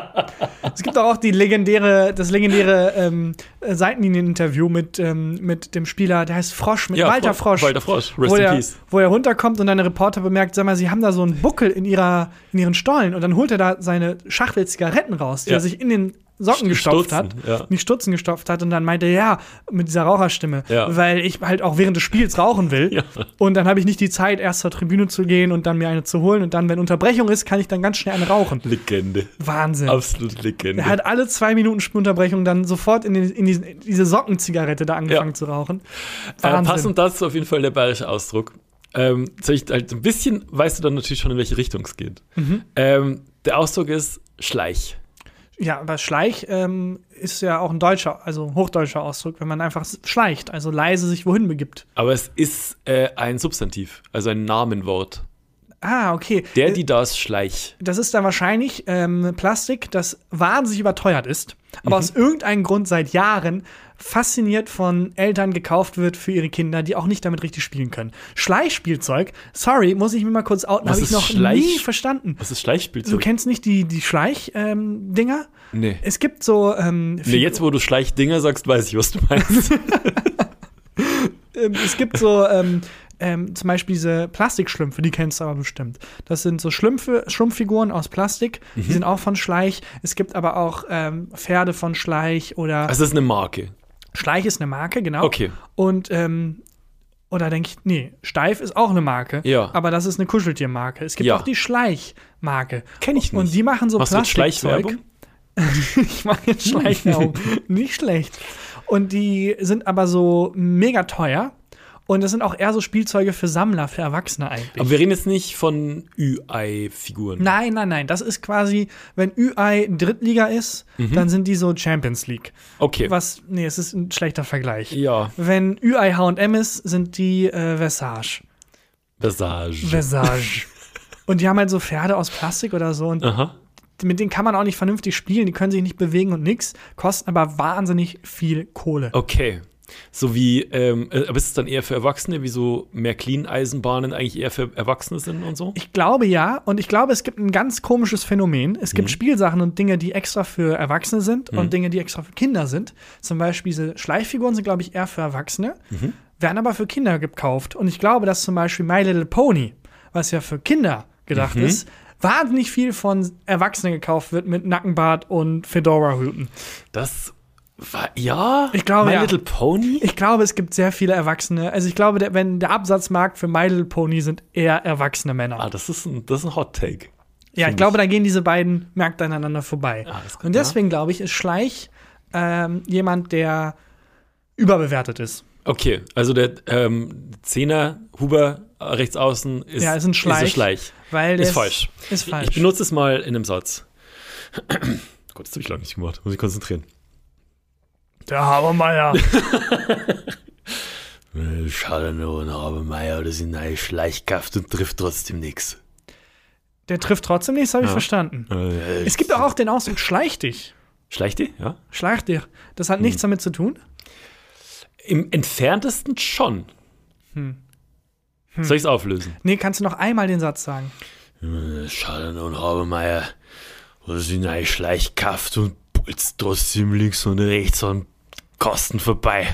Es gibt auch die legendäre, das legendäre ähm, Seitenlinien-Interview mit, ähm, mit dem Spieler, der heißt Frosch, mit
Ja,
Walter
Fro-
Frosch.
Walter Frosch, rest
wo
in
er,
peace.
Wo er runterkommt und dann der Reporter bemerkt, sag mal, sie haben da so einen Buckel in, ihrer, in ihren Stollen. Und dann holt er da seine Schachtel Zigaretten raus, die
Ja.
er sich in den Socken
St-
gestopft hat,
Stutzen, ja.
nicht Stutzen gestopft hat und dann meinte er, ja, mit dieser Raucherstimme,
Ja.
weil ich halt auch während des Spiels rauchen will.
<laughs> Ja.
Und dann habe ich nicht die Zeit, erst zur Tribüne zu gehen und dann mir eine zu holen. Und dann, wenn Unterbrechung ist, kann ich dann ganz schnell eine rauchen.
Legende.
Wahnsinn.
Absolut Legende.
Er hat alle zwei Minuten Unterbrechung dann sofort in, den, in die, diese Sockenzigarette da angefangen
Ja.
zu rauchen.
Äh,
Wahnsinn.
passend dazu auf jeden Fall der bayerische Ausdruck. Ähm, soll ich halt ein bisschen weißt du dann natürlich schon, in welche Richtung es geht.
Mhm.
Ähm, der Ausdruck ist Schleich.
Ja, aber Schleich ähm, ist ja auch ein deutscher, also ein hochdeutscher Ausdruck, wenn man einfach s- schleicht, also leise sich wohin begibt.
Aber es ist äh, ein Substantiv, also ein Namenwort.
Ah, okay.
Der, die, das, Schleich.
das ist dann wahrscheinlich ähm, Plastik, das wahnsinnig überteuert ist, aber
Mhm.
aus irgendeinem Grund seit Jahren fasziniert von Eltern gekauft wird für ihre Kinder, die auch nicht damit richtig spielen können. Schleichspielzeug, sorry, muss ich mir mal kurz outen,
Was
habe ich
ist
noch
Schleich-
nie verstanden.
Was ist
Du
Schleichspielzeug?
kennst nicht die, die Schleich-Dinger? Ähm, Dinger?
Nee.
es gibt so ähm,
nee.
Figu-
Jetzt, wo du Schleichdinger sagst, weiß ich, was du
<laughs>
meinst.
ähm, es gibt so ähm, ähm, zum Beispiel diese Plastikschlümpfe, die kennst du aber bestimmt. Das sind so Schlümpfe, Schlumpffiguren aus Plastik, die sind auch von Schleich. Es gibt aber auch ähm, Pferde von Schleich oder
Also, Es ist eine Marke.
Schleich ist eine Marke, genau.
Okay.
Und ähm, oder denke ich, nee, Steif ist auch eine Marke.
Ja.
Aber das ist eine Kuscheltiermarke. Es gibt
Ja.
auch die Schleich-Marke.
Kenn ich nicht.
Und die machen so
Machst du jetzt
Plastikzeug. <laughs>
Schleichwerbung?
ich mache jetzt
<laughs>
Schleichwerbung. Nicht schlecht. Und die sind aber so mega teuer. Und das sind auch eher so Spielzeuge für Sammler, für Erwachsene eigentlich.
Aber wir reden jetzt nicht von Ü-Ei-Figuren.
Nein, nein, nein. Das ist quasi, wenn UI Drittliga ist, dann sind die so Champions League.
Mhm. Okay.
Was, nee, es ist ein schlechter Vergleich.
Ja.
Wenn UI H&M ist, sind die äh, Versage.
Versage.
Versage. <laughs> und die haben halt so Pferde aus Plastik oder so und
Aha.
mit denen kann man auch nicht vernünftig spielen, die können sich nicht bewegen und nix, kosten aber wahnsinnig viel Kohle.
Okay. So wie, ähm, äh, aber ist es dann eher für Erwachsene, wie so Märklin-Eisenbahnen eigentlich eher für Erwachsene sind und so?
Ich glaube ja, und ich glaube, es gibt ein ganz komisches Phänomen. Es gibt Spielsachen und Dinge, die extra für Erwachsene sind und Dinge, die extra für Kinder sind. Zum Beispiel diese Schleichfiguren sind, glaube ich, eher für Erwachsene, werden aber für Kinder gekauft. Und ich glaube, dass zum Beispiel My Little Pony, was ja für Kinder gedacht ist, wahnsinnig viel von Erwachsenen gekauft wird mit Nackenbart und Fedora-Hüten.
Das war, ja?
Ich glaube,
My
ja.
Little Pony?
Ich glaube, es gibt sehr viele Erwachsene. Also ich glaube, der, wenn der Absatzmarkt für My Little Pony sind eher erwachsene Männer.
ah, das ist ein, das ist ein Hot Take.
ja, ich
ich.
glaube, da gehen diese beiden Märkte aneinander vorbei.
Ah, das kann-
Und
ja.
deswegen glaube ich, ist Schleich ähm, jemand, der überbewertet ist.
Okay, also der ähm, Zehner Huber äh, rechts außen ist,
Ja, ist ein Schleich. Weil der
Ist falsch.
Ist falsch.
Ich benutze es mal in einem Satz. <clears throat> Gott, das habe ich lange nicht gemacht. Muss ich konzentrieren.
der Habermeier.
Äh, Schade nur, Habermeier, das sind eine Schleichkraft und trifft trotzdem nichts.
<laughs> der trifft trotzdem nichts, habe ich verstanden. Es gibt auch, auch den Ausdruck Schleich dich.
Äh. Schleich die? Ja.
Schleich dich. Das hat
Hm.
nichts damit zu tun.
Im entferntesten schon. Soll ich es auflösen?
Nee, kannst du noch einmal den Satz sagen?
Äh, Schade und Habermeier, das sind eine Schleichkraft und bolzt trotzdem links und rechts an Kosten vorbei.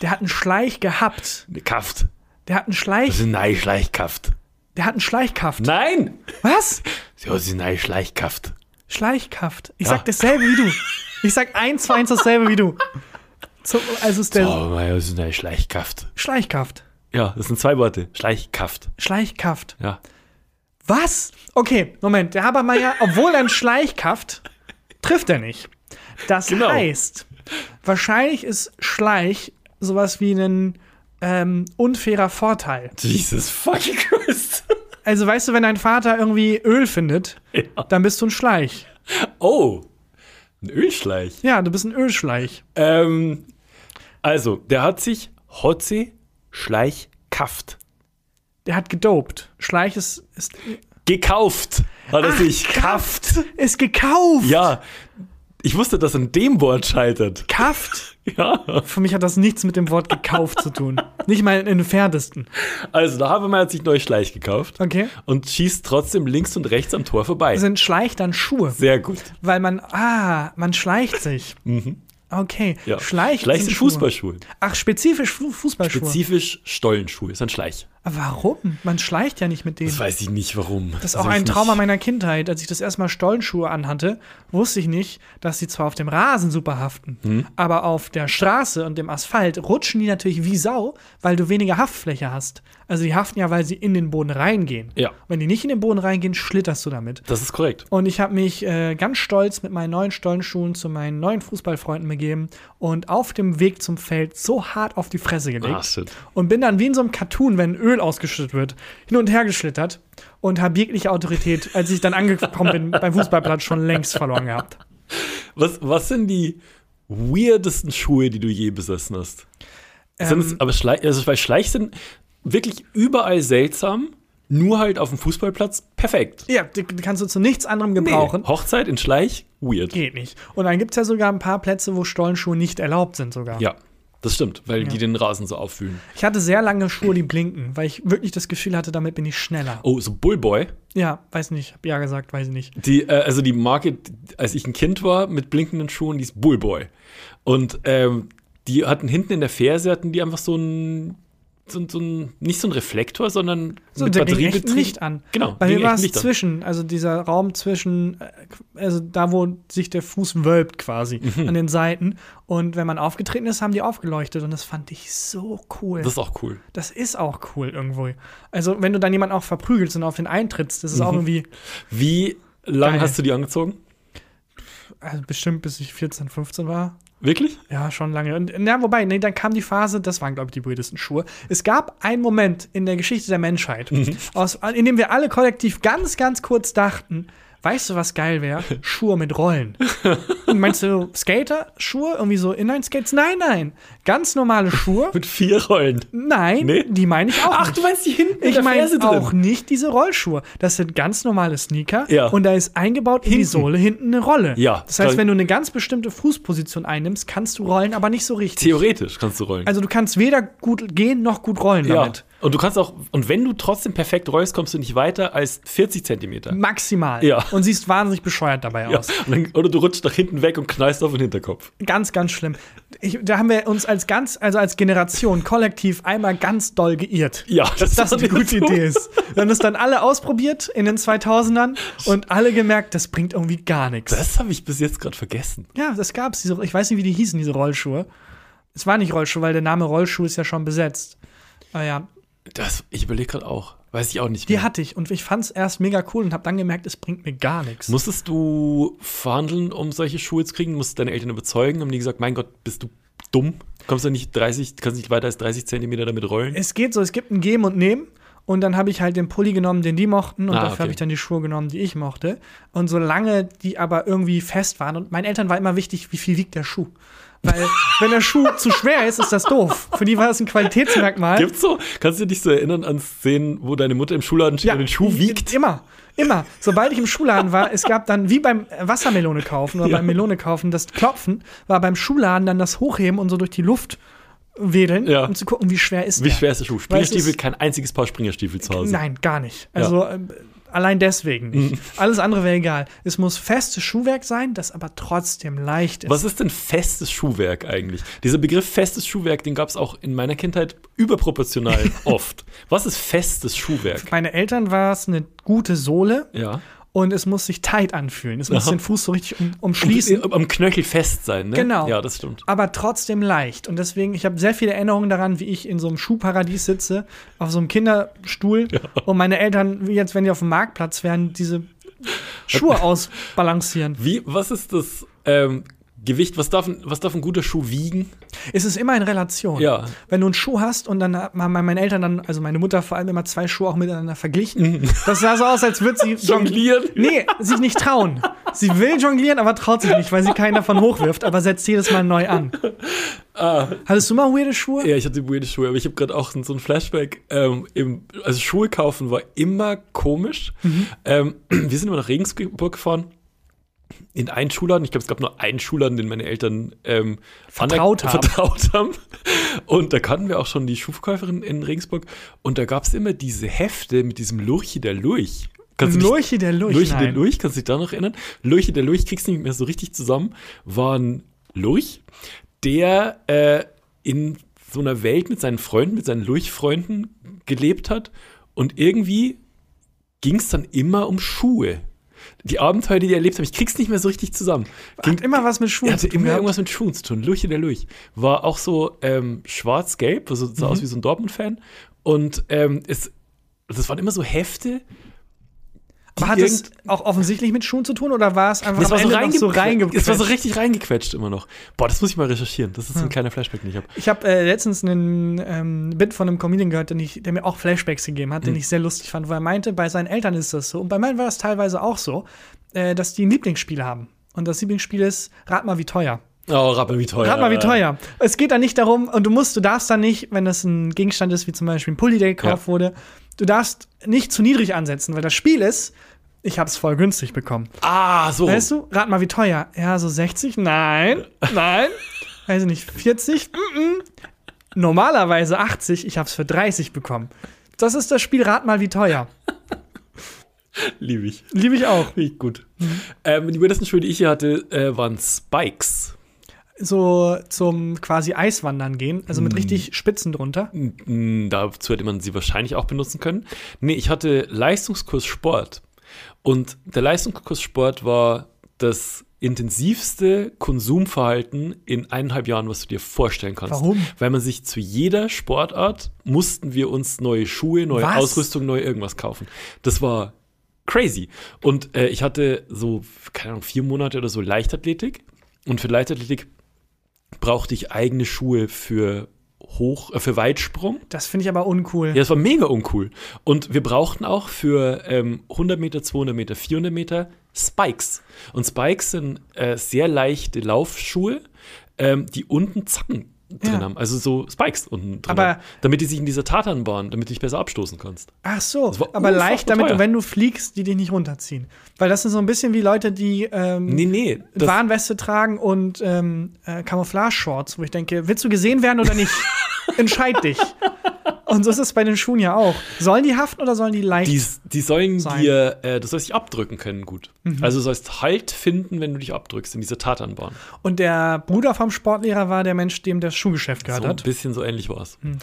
Der hat einen Schleich gehabt.
Eine Kraft.
Der hat einen Schleich.
sind eine Schleichkraft.
Der hat einen Schleichkraft.
Nein!
Was?
Sie sind eine Schleichkraft.
Schleichkraft. Ich
Ja.
sag dasselbe wie du. Ich sag eins zu eins dasselbe wie du. Zu, also ist der
Habermeier, das sind eine Schleichkraft.
Schleichkraft.
Ja, das sind zwei Worte. Schleichkraft.
Schleichkraft.
Ja.
Was? Okay, Moment. Der Habermeier, obwohl er ein Schleichkraft, trifft er nicht. Das
Genau.
heißt, wahrscheinlich ist Schleich sowas wie ein ähm, unfairer Vorteil.
Jesus fucking <laughs> Christ.
Also weißt du, wenn dein Vater irgendwie Öl findet, dann bist du ein Schleich.
Oh, ein Ölschleich.
Ja, du bist ein Ölschleich.
Ähm, also, der hat sich Hotze Schleichkraft
Der hat gedopt. Schleich ist, ist
gekauft. Hat er sich
Kraft ist gekauft.
Ja, Ich wusste, dass in dem Wort scheitert.
Kaft?
Ja.
Für mich hat das nichts mit dem Wort gekauft zu tun. Nicht mal im entferntesten.
Also, der Habermann hat sich neue Schleich gekauft
Okay.
und schießt trotzdem links und rechts am Tor vorbei.
Sind schleicht dann Schuhe.
Sehr gut.
Weil man, ah, man schleicht
<laughs>
sich. Okay.
Mhm. Ja.
Schleicht
Schleich sind
Schuhe.
Fußballschuhe.
Ach, spezifisch Fu- Fußballschuhe.
Spezifisch Stollenschuhe ist ein Schleich.
Warum? Man schleicht ja nicht mit denen.
Das weiß ich nicht, warum.
Das ist auch ein Trauma meiner Kindheit. Als ich das erste Mal Stollenschuhe anhatte, wusste ich nicht, dass sie zwar auf dem Rasen super haften,
Mhm.
aber auf der Straße und dem Asphalt rutschen die natürlich wie Sau, weil du weniger Haftfläche hast. Also die haften ja, weil sie in den Boden reingehen.
Ja.
Wenn die nicht in den Boden reingehen, schlitterst du damit.
Das ist korrekt.
Und ich habe mich äh, ganz stolz mit meinen neuen Stollenschuhen zu meinen neuen Fußballfreunden begeben und auf dem Weg zum Feld so hart auf die Fresse gelegt
Ah, shit.
und bin dann wie in so einem Cartoon, wenn Öl ausgeschüttet wird, hin und her geschlittert und habe jegliche Autorität, als ich dann angekommen bin, beim Fußballplatz schon längst verloren gehabt.
Was, was sind die weirdesten Schuhe, die du je besessen hast? sind
Ähm.
es, aber Schleich, also bei Schleich sind wirklich überall seltsam, nur halt auf dem Fußballplatz perfekt.
Ja, die die kannst du zu nichts anderem
Nee,
gebrauchen.
Hochzeit in Schleich, weird.
Geht nicht. Und dann gibt es ja sogar ein paar Plätze, wo Stollenschuhe nicht erlaubt sind sogar.
Ja, das stimmt, weil die den Rasen so auffühlen.
Ich hatte sehr lange Schuhe, die blinken, weil ich wirklich das Gefühl hatte, damit bin ich schneller.
Oh, so Bullboy.
Ja, weiß nicht. Hab ja gesagt, weiß ich nicht.
Die, äh, also die Marke, als ich ein Kind war, mit blinkenden Schuhen, die ist Bullboy. Und ähm, die hatten hinten in der Ferse, hatten die einfach so ein, so, ein- so ein nicht so ein Reflektor, sondern
So, der ging echt
Batteriebetrieb-
Licht an.
Genau,
Bei
ging
mir war
echt
es
Licht an.
zwischen, also dieser Raum zwischen, äh, also da, wo sich der Fuß wölbt quasi,
Mhm.
an den Seiten. Und wenn man aufgetreten ist, haben die aufgeleuchtet und das fand ich so cool.
Das
Das,
ist auch cool.
ist auch cool irgendwo. Also, wenn du dann jemanden auch verprügelst und auf den eintrittst, das ist
Mhm.
auch irgendwie,
Wie lang
Geil.
hast du die angezogen?
also bestimmt bis ich 14, 15 war.
Wirklich?
Ja, schon lange. Und na, wobei, nee, dann kam die Phase, das waren, glaube ich, die weirdesten Schuhe. Es gab einen Moment in der Geschichte der Menschheit,
Mhm.
aus, in dem wir alle kollektiv ganz, ganz kurz dachten, weißt du, was geil wäre? Schuhe mit Rollen.
<laughs>
Und meinst du, Skater, Schuhe, irgendwie so Inline-Skates? Nein, nein. Ganz normale
<laughs>
Schuhe?
Mit vier Rollen.
Nein,
Nee.
die meine ich auch
Ach,
nicht.
du meinst die hinten in
Ich
der
meine
Ferse drin.
auch nicht diese Rollschuhe. Das sind ganz normale Sneaker
Ja.
und da ist eingebaut in die Sohle hinten eine Rolle.
Ja,
Das heißt,
klar.
wenn du eine ganz bestimmte Fußposition einnimmst, kannst du rollen, aber nicht so richtig.
Theoretisch kannst du rollen.
Also du kannst weder gut gehen noch gut rollen
ja.
damit.
Und du kannst auch, und wenn du trotzdem perfekt rollst, kommst du nicht weiter als 40 Zentimeter.
Maximal.
Ja.
Und siehst wahnsinnig bescheuert dabei
Ja,
aus.
und dann, oder du rutschst nach hinten weg und knallst auf den Hinterkopf.
Ganz, ganz schlimm. Ich, da haben wir uns als ganz, also als Generation kollektiv einmal ganz doll geirrt.
Ja,
dass das
war
eine gute
so.
Idee ist. Wir haben das dann alle ausprobiert in den
<laughs>
2000ern und alle gemerkt, das bringt irgendwie gar nichts.
Das habe ich bis jetzt gerade vergessen.
Ja, das gab's. Diese, ich weiß nicht, wie die hießen, diese Rollschuhe. Es war nicht Rollschuh, weil der Name Rollschuh ist ja schon besetzt. Aber ja,
Das, ich überlege gerade auch. Weiß ich auch nicht
die
mehr.
hatte ich und ich fand's erst mega cool und habe dann gemerkt, es bringt mir gar nichts.
Musstest du verhandeln, um solche Schuhe zu kriegen? Musstest deine Eltern überzeugen? Haben die gesagt, mein Gott, bist du dumm? Kommst du nicht 30, kannst nicht weiter als 30 Zentimeter damit rollen?
Es geht so, es gibt ein Geben und Nehmen. Und dann habe ich halt den Pulli genommen, den die mochten. Und
Ah,
dafür
okay.
habe ich dann die Schuhe genommen, die ich mochte. Und solange die aber irgendwie fest waren, und meinen Eltern war immer wichtig, wie viel wiegt der Schuh. Weil, wenn der Schuh zu schwer ist, ist das doof. Für die war das ein Qualitätsmerkmal.
Gibt's so? Kannst du dich so erinnern an Szenen, wo deine Mutter im Schuhladen steht und den Schuh wiegt?
Immer, immer. Sobald ich im Schuhladen war, es gab dann wie beim äh, Wassermelone kaufen oder beim Melone kaufen, das Klopfen war beim Schuhladen dann das Hochheben und so durch die Luft wedeln,
Ja.
um zu gucken, wie schwer ist
Wie
der.
schwer ist der Schuh?
Weil es
Springerstiefel,
ist-
kein einziges Paar Springerstiefel zu Hause.
Nein, gar nicht. Also ähm, allein deswegen
Mhm.
nicht. Alles andere wäre egal. Es muss festes Schuhwerk sein, das aber trotzdem leicht ist.
Was ist denn festes Schuhwerk eigentlich? Dieser Begriff festes Schuhwerk, den gab es auch in meiner Kindheit überproportional oft. Was ist festes Schuhwerk?
Meine Eltern war es eine gute Sohle
Ja.
und es muss sich tight anfühlen. Es muss
Aha.
den Fuß so richtig um, umschließen.
Am Knöchel fest sein, ne?
Genau.
Ja, das stimmt.
aber trotzdem leicht. Und deswegen, ich habe sehr viele Erinnerungen daran, wie ich in so einem Schuhparadies sitze, auf so einem Kinderstuhl und meine Eltern, wie jetzt, wenn die auf dem Marktplatz wären, diese
<laughs>
Schuhe ausbalancieren.
Wie, was ist das ähm, Gewicht? Was darf, ein- was darf ein guter Schuh wiegen?
Es ist immer in Relation.
Ja.
Wenn du einen Schuh hast und dann haben meine Eltern dann, also meine Mutter vor allem immer zwei Schuhe auch miteinander verglichen. Das sah so aus, als würde sie jong-
Mhm. <laughs> Jonglieren.
Nee, sich nicht trauen. Sie will jonglieren, aber traut sich nicht, weil sie keinen davon hochwirft, aber setzt jedes Mal neu an.
Ah.
Hattest du mal weirde Schuhe?
Ja, ich hatte weirde Schuhe, aber ich habe gerade auch so ein Flashback. Ähm, im, also Schuhe
Mhm.
<clears throat> kaufen war immer komisch. Ähm, wir sind immer nach Regensburg gefahren in einen Schulladen, ich glaube, es gab nur einen Schulladen, den meine Eltern ähm,
Vertraut
aner-
haben.
vertraut haben. Und da kannten wir auch schon die Schuhverkäuferin in Regensburg. Und da gab es immer diese Hefte mit diesem Lurchi der Lurch. Kannst du dich-
Lurchi der Lurch.
Lurchi Also der
nein.
Lurch, kannst du dich da noch erinnern? Lurchi der Lurch, kriegst du nicht mehr so richtig zusammen, war ein Lurch, der äh, in so einer Welt mit seinen Freunden, mit seinen Lurch-Freunden gelebt hat und irgendwie ging es dann immer um Schuhe. Die Abenteuer, die er erlebt hat, ich krieg's nicht mehr so richtig zusammen. Ging,
Hat immer was mit
er
Schuhen
hatte
zu tun
immer
gehabt.
irgendwas mit Schuhen zu tun. Lurche der Lurch. War auch so ähm, schwarz-gelb, also sah
Mhm.
aus wie so ein Dortmund-Fan. Und ähm, es, das waren immer so Hefte. die
Aber hat
irgend-
es auch offensichtlich mit Schuhen zu tun oder war es einfach
das war,
am
so
Ende noch so
reingequetscht.
reingequetscht?
das war so richtig reingequetscht immer noch. Boah, das muss ich mal recherchieren. Das ist
Hm.
ein kleiner Flashback, den ich habe.
Ich habe äh, letztens einen ähm, Bit von einem Comedian gehört, den ich, der mir auch Flashbacks gegeben hat, den
Mhm.
ich sehr lustig fand, weil er meinte, bei seinen Eltern ist das so und bei meinen war das teilweise auch so, äh, dass die ein Lieblingsspiel haben. Und das Lieblingsspiel ist, rat mal wie teuer.
Oh, rat mal, wie teuer.
Rat mal wie teuer. Es geht dann nicht darum, und du musst, du darfst dann nicht, wenn das ein Gegenstand ist, wie zum Beispiel ein Pulli, der gekauft
Ja.
wurde, du darfst nicht zu niedrig ansetzen, weil das Spiel ist, ich habe es voll günstig bekommen.
Ah, so.
Weißt du, rat mal, wie teuer? Ja, so 60? Nein, nein. Weiß ich nicht, 40? Mm -mm. Normalerweise 80, ich hab's für 30 bekommen. Das ist das Spiel Rat mal, wie teuer.
Liebe ich.
Liebe ich auch.
Finde ich gut.
Mhm.
Ähm, die weirdesten Schuhe, die ich hier hatte, äh, waren Spikes.
So zum quasi Eiswandern gehen, also mit richtig Spitzen drunter.
Mm, Dazu hätte man sie wahrscheinlich auch benutzen können. Nee, ich hatte Leistungskurs Sport. Und der Leistungskurs Sport war das intensivste Konsumverhalten in eineinhalb Jahren, was du dir vorstellen kannst.
Warum?
Weil man sich zu jeder Sportart mussten wir uns neue Schuhe, neue
Was?
Ausrüstung, neu irgendwas kaufen. Das war crazy. Und äh, ich hatte so, keine Ahnung, vier Monate oder so Leichtathletik. Und für Leichtathletik brauchte ich eigene Schuhe für Hoch, äh, für Weitsprung.
Das finde ich aber uncool.
Ja, das war mega uncool. Und wir brauchten auch für ähm, 100 Meter, 200 Meter, 400 Meter Spikes. Und Spikes sind äh, sehr leichte Laufschuhe, ähm, die unten Zacken drin
Ja.
haben. Also so Spikes unten drin
Aber-
haben. Damit die sich in dieser Tatanbahn, damit du dich besser abstoßen kannst.
Ach so,
war
aber
unfassbar
leicht damit,
teuer.
wenn du fliegst, die dich nicht runterziehen. Weil das sind so ein bisschen wie Leute, die ähm,
Nee, nee. Das,
Warnweste tragen und ähm, äh, Camouflage-Shorts, wo ich denke, willst du gesehen werden oder
<laughs>
nicht? Entscheid dich. Und so ist es bei den Schuhen ja auch. Sollen die haften oder sollen die leicht?
die, die sollen
Sein. Mhm.
dir, äh, du sollst dich abdrücken können gut. Also du sollst Halt finden, wenn du dich abdrückst in dieser Tatanbahn.
Und der Bruder vom Sportlehrer war der Mensch, dem das Schuhgeschäft gehört
So ein
hat.
bisschen so ähnlich war es.
Hm.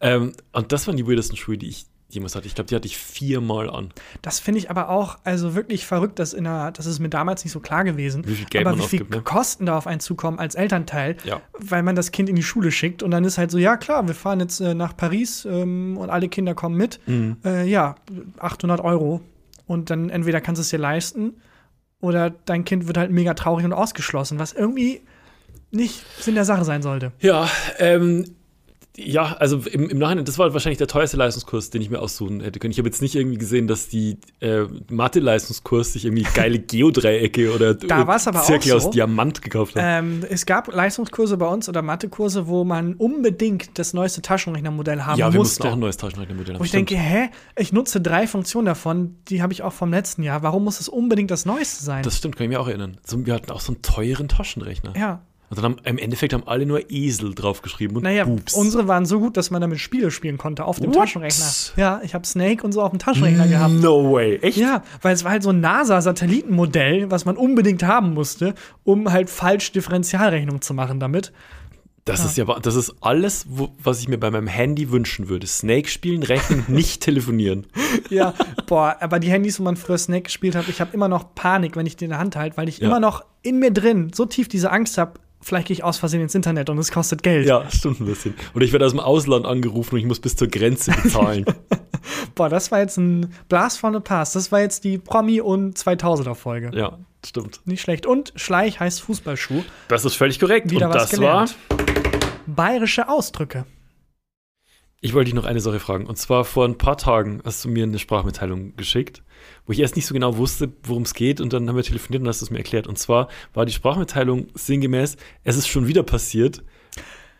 Ähm, und das waren die weirdesten Schuhe, die ich jemals hatte. Ich glaube, die hatte ich viermal an.
Das finde ich aber auch also wirklich verrückt, dass in einer, das ist mir damals nicht so klar gewesen.
Wie viel Geld
aber
man
wie viel
aufgibt, ne?
Kosten da auf einen zukommen als Elternteil,
Ja.
weil man das Kind in die Schule schickt und dann ist halt so, ja klar, wir fahren jetzt äh, nach Paris ähm, und alle Kinder kommen mit.
Mhm.
Äh, ja, 800 Euro und dann entweder kannst du es dir leisten oder dein Kind wird halt mega traurig und ausgeschlossen, was irgendwie nicht Sinn der Sache sein sollte.
Ja, ähm, ja, also im, im Nachhinein, das war wahrscheinlich der teuerste Leistungskurs, den ich mir aussuchen hätte können. Ich habe jetzt nicht irgendwie gesehen, dass die äh, Mathe-Leistungskurs sich irgendwie geile Geodreiecke oder äh,
Da war's aber auch
Zirkel aus
so.
Diamant gekauft hat.
Ähm, es gab Leistungskurse bei uns oder Mathekurse, wo man unbedingt das neueste Taschenrechnermodell haben
ja, wir
musste.
mussten auch ein neues Taschenrechnermodell haben.
Wo ich denke, hä, ich nutze drei Funktionen davon, die habe ich auch vom letzten Jahr. Warum muss es unbedingt das Neueste sein?
das stimmt, kann ich mir auch erinnern. So, wir hatten auch so einen teuren Taschenrechner.
ja.
Und dann haben im Endeffekt haben alle nur Esel draufgeschrieben und
Naja,
Boobs.
unsere waren so gut, dass man damit Spiele spielen konnte auf dem
What? Hm.
Taschenrechner. Ja, ich habe Snake und so auf dem Taschenrechner gehabt.
No way, echt?
Ja, weil es war halt so ein NASA-Satellitenmodell, was man unbedingt haben musste, um halt falsch Differentialrechnung zu machen damit.
Das ist ja, wa- das ist alles, wo, was ich mir bei meinem Handy wünschen würde. Snake
<laughs>
spielen, rechnen, nicht telefonieren. <laughs>
Ja, boah, aber die Handys, wo man früher Snake gespielt hat, ich habe immer noch Panik, wenn ich die in der Hand halte, weil ich
Ja.
immer noch in mir drin so tief diese Angst habe, vielleicht gehe ich aus Versehen ins Internet und es kostet Geld.
Ja, stimmt ein bisschen. Oder ich werde aus dem Ausland angerufen und ich muss bis zur Grenze
<laughs>
bezahlen.
Boah, das war jetzt ein Blast from the Past. Das war jetzt die Promi- und 2000er-Folge.
ja, stimmt.
Nicht schlecht. Und Schleich heißt Fußballschuh.
Das ist völlig korrekt.
Wieder
und
was
das
gelernt.
war.
Bayerische Ausdrücke.
Ich wollte dich noch eine Sache fragen. Und zwar vor ein paar Tagen hast du mir eine Sprachmitteilung geschickt, wo ich erst nicht so genau wusste, worum es geht. Und dann haben wir telefoniert und hast es mir erklärt. Und zwar war die Sprachmitteilung sinngemäß: Es ist schon wieder passiert.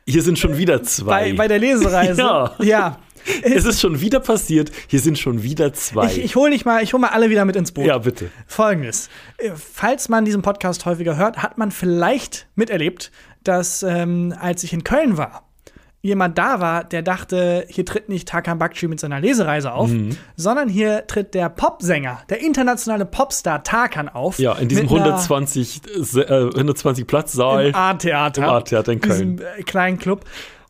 Hier sind schon wieder zwei.
Bei, bei der Lesereise.
<laughs> Ja.
ja.
es ist schon wieder passiert. Hier sind schon wieder zwei.
Ich, ich hole nicht mal, ich hole mal alle wieder mit ins Boot.
ja, bitte.
Folgendes. Äh, Falls man diesen Podcast häufiger hört, hat man vielleicht miterlebt, dass ähm, als ich in Köln war, jemand da war, der dachte, hier tritt nicht Tarkan Bakci mit seiner Lesereise auf,
Mhm.
sondern hier tritt der Popsänger, der internationale Popstar Tarkan auf.
Ja, in diesem
mit einer-
120, Se- äh, 120 Platzsaal.
im A-Theater.
Im A-Theater in Köln.
Diesem äh, kleinen Club.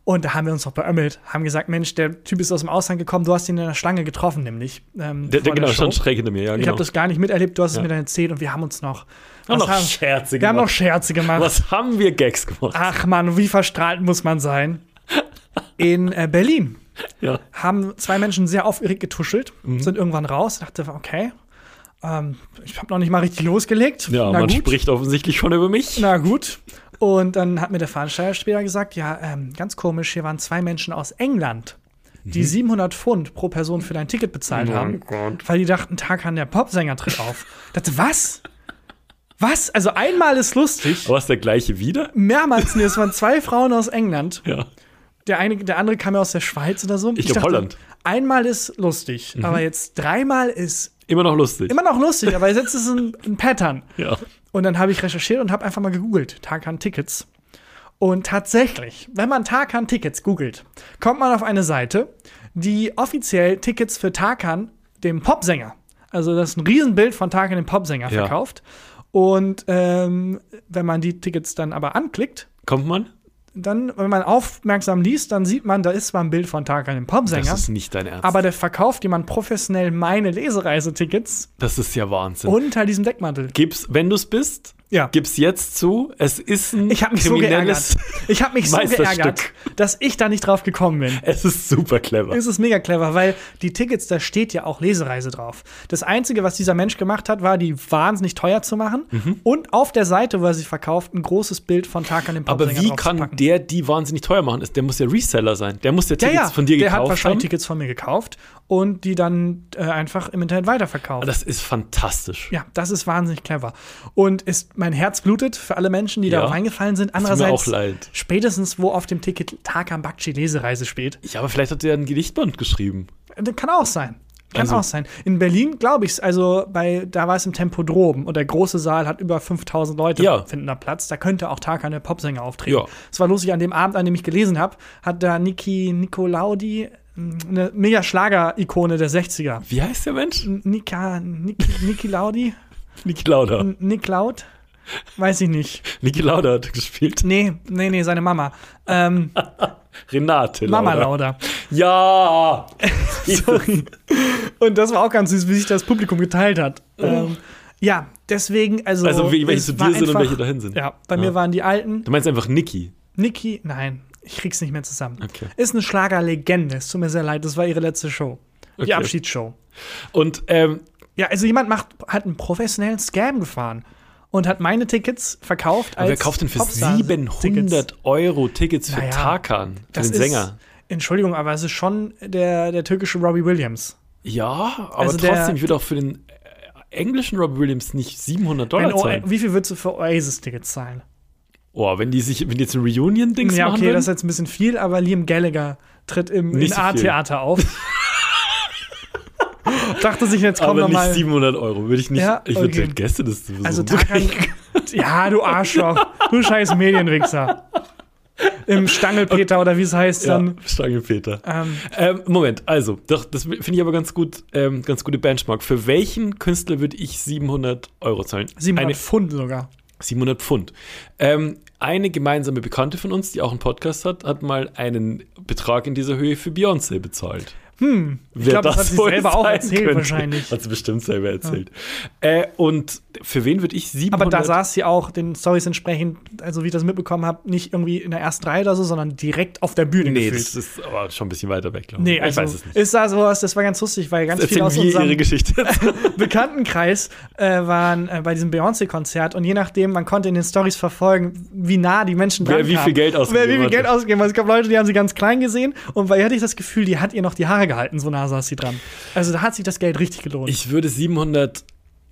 Und da haben wir uns noch beömmelt, haben gesagt, Mensch, der Typ ist aus dem Ausland gekommen, du hast ihn in der Schlange getroffen, nämlich. Ähm,
Der,
vor
der genau,
Show.
stand schräg hinter mir, ja,
Ich
genau.
habe das gar nicht miterlebt, du hast es mir dann erzählt und wir haben uns noch,
Haben
was
noch Scherze
Wir haben noch
gemacht.
Scherze gemacht. Ah.
Was haben wir Gags gemacht?
Ach man, wie verstrahlt muss man sein? In äh, Berlin
Ja.
haben zwei Menschen sehr aufgeregt getuschelt,
Mhm.
sind irgendwann raus, dachte, okay, ähm, ich habe noch nicht mal richtig losgelegt.
Ja,
Na
man
gut.
spricht offensichtlich schon über mich.
Na gut. Und dann hat mir der Veranstalter später gesagt, ja, ähm, ganz komisch, hier waren zwei Menschen aus England,
Mhm.
die 700 Pfund pro Person für dein Ticket
Oh
bezahlt haben, weil die dachten, Tarkan, der Popsänger tritt auf. dachte, was? Was? Also einmal ist lustig,
Aber ist der gleiche wieder?
mehrmals, nee, es waren zwei Frauen aus England,
Ja.
der, eine, der andere kam ja aus der Schweiz oder so.
Ich glaub,
dachte,
Holland. Mhm.
Einmal ist lustig, aber jetzt dreimal ist
Immer noch lustig.
immer noch lustig, aber jetzt ist es ein, ein Pattern.
ja.
Und dann habe ich recherchiert und habe einfach mal gegoogelt, Tarkan Tickets. Und tatsächlich, wenn man Tarkan Tickets googelt, kommt man auf eine Seite, die offiziell Tickets für Tarkan, dem Popsänger, also das ist ein Riesenbild von Tarkan, dem Popsänger,
Ja.
verkauft. Und ähm, wenn man die Tickets dann aber anklickt,
Kommt man?
dann, wenn man aufmerksam liest, dann sieht man, da ist zwar ein Bild von Tarkan, dem
Das
Popsänger,
ist nicht dein Ernst.
aber der verkauft jemand professionell meine Lesereisetickets
das ist ja Wahnsinn.
unter diesem Deckmantel.
Gib's, wenn du's bist,
Ja.
gib's jetzt zu. Es ist ein
Ich habe mich so geärgert.
kriminelles.
Ich habe mich so
Meisterstück.
geärgert, dass ich da nicht drauf gekommen bin.
<laughs> Es ist super clever.
Es ist mega clever, weil die Tickets, da steht ja auch Lesereise drauf. Das Einzige, was dieser Mensch gemacht hat, war, die wahnsinnig teuer zu machen
Mhm.
und auf der Seite, wo er sie verkauft, ein großes Bild von Tarkan dem
aber
Popsänger
wie
draufzupacken.
kann der die wahnsinnig teuer machen? Ist- Der muss ja Reseller sein. Der muss ja Tickets
ja, ja,
von dir
der
gekauft
hat wahrscheinlich
haben.
Tickets von mir gekauft und die dann äh, einfach im Internet weiterverkauft.
Das ist fantastisch.
ja, das ist wahnsinnig clever. Und ist, mein Herz blutet für alle Menschen, die
Ja.
darauf eingefallen sind.
mir
Andererseits,
auch leid.
spätestens wo auf dem Ticket Tarkan Bakci Lesereise steht,
Ja, aber vielleicht hat er ein Gedichtband geschrieben.
Das kann auch sein. Kann
Also-
auch sein. In Berlin glaube ich es. Also bei, da war es im Tempodrom und der große Saal hat über 5000 Leute
Ja.
finden da Platz. Da könnte auch Tarkan der Popsänger auftreten.
Ja.
Es war lustig an dem Abend, an dem ich gelesen habe, hat da Niki Nicolaudi mh, eine mega Schlager-Ikone der 60er.
Wie heißt der Mensch?
Nika, Niki, Niki Laudi?
Niki Lauda.
Nick Laud? Weiß ich nicht.
Niki Lauda hat gespielt.
Nee, nee, nee, seine Mama. Ähm,
Renate
Mama Lauda.
<laughs> Ja!
Sorry. Und das war auch ganz süß, wie sich das Publikum geteilt hat. Ähm, ja, deswegen, also.
Oh. Also, wie- welche
es
zu dir
war
sind und welche dahin sind.
Ja, bei
Ja.
mir waren die Alten.
Du meinst einfach Niki.
Niki, nein, ich krieg's nicht mehr zusammen.
Okay.
Ist eine Schlagerlegende, es tut mir sehr leid, das war ihre letzte Show.
Okay.
Die Abschiedsshow.
Und ähm,
Ja, also jemand macht, hat einen professionellen Scam gefahren und hat meine Tickets verkauft. als
aber wer kauft denn für
Popstar-Tickets.
700 Euro Tickets für
Naja,
Tarkan, für
Das
den Sänger?
Ist, Entschuldigung, aber es ist schon der, der türkische Robbie Williams.
Ja, aber
Also der-
trotzdem, ich würde auch für den äh, englischen Robbie Williams nicht 700
Wenn,
Dollar
O-
zahlen.
wie viel würdest du für Oasis-Tickets zahlen?
Oh, wenn die sich, wenn die jetzt ein Reunion-Dings
Ja,
machen
okay,
würden,
das ist jetzt ein bisschen viel, aber Liam Gallagher tritt im in
Nicht so viel.
A-Theater
<laughs>
auf. Dachte sich, jetzt komm
aber
noch
nicht
mal.
700 Euro. Würde ich nicht,
Ja,
ich würde
okay.
den Gäste das sowieso
Also
nicht
Tarkan, ja, du Arschloch, du scheiß Medienwichser. Im Stangelpeter oder wie es heißt
<laughs> Ja,
dann.
Stange Peter.
Ähm,
Ähm, Moment, also, doch, das finde ich aber ganz gut, ähm, ganz gute Benchmark. Für welchen Künstler würde ich 700 Euro zahlen?
700
Eine,
Pfund sogar.
700 Pfund. Ähm, eine gemeinsame Bekannte von uns, die auch einen Podcast hat, hat mal einen Betrag in dieser Höhe für Beyoncé bezahlt. Hm, ich
glaub, das hat sie selber auch erzählt wahrscheinlich.
Hat sie bestimmt selber erzählt. Äh, und für wen würde ich 700
Aber da saß sie auch den Stories entsprechend, also wie ich das mitbekommen habe, nicht irgendwie in der ersten Reihe oder so, sondern direkt auf der Bühne
Nee,
gefühlt.
das ist aber schon ein bisschen weiter weg, glaube ich.
nee, also
ich weiß es nicht.
es sah sowas, das war ganz lustig, weil ganz viel
Erzählen
aus
wir
unserem <laughs>
ihre Geschichte.
Bekanntenkreis äh, waren äh, bei diesem Beyoncé-Konzert und je nachdem, man konnte in den Stories verfolgen, wie nah die Menschen
Wer
dran
wie
kamen.
viel Geld
Wer wie
ausgegeben
viel
hat.
Geld ausgegeben hat. Es gab Leute, die haben sie ganz klein gesehen und bei ihr hatte ich das Gefühl, die hat ihr noch die Haare gehalten, so nah saß sie dran. Also da hat sich das Geld richtig gelohnt.
Ich würde 700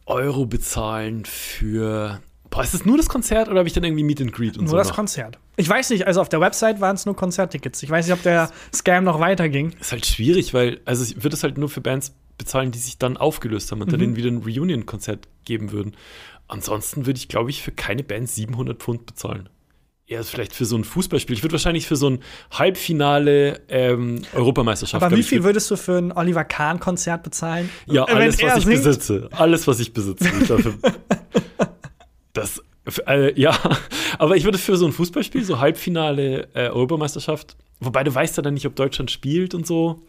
Euro bezahlen für Boah, ist es nur das Konzert oder habe ich dann irgendwie Meet and Greet und
Nur
so?
das
noch?
Konzert. Ich weiß nicht, also auf der Website waren es nur Konzerttickets. Ich weiß nicht, ob der Scam noch weiterging.
Ist halt schwierig, weil, also ich würde es halt nur für Bands bezahlen, die sich dann aufgelöst haben und
Mhm.
dann denen wieder ein Reunion-Konzert geben würden. Ansonsten würde ich, glaube ich, für keine Band 700 Pfund bezahlen. Eher vielleicht für so ein Fußballspiel. Ich würde wahrscheinlich für so ein Halbfinale ähm, Europameisterschaft.
Aber
glaub
wie
ich,
viel
würd-
würdest du für ein Oliver Kahn-Konzert bezahlen?
Ja,
Äh, wenn
alles,
er
was ich
singt?
besitze. Alles, was ich besitze. würde
<laughs>
Ich dafür, das, f- äh, ja, aber ich würde für so ein Fußballspiel, so Halbfinale äh, Europameisterschaft, wobei du weißt ja dann nicht, ob Deutschland spielt und so.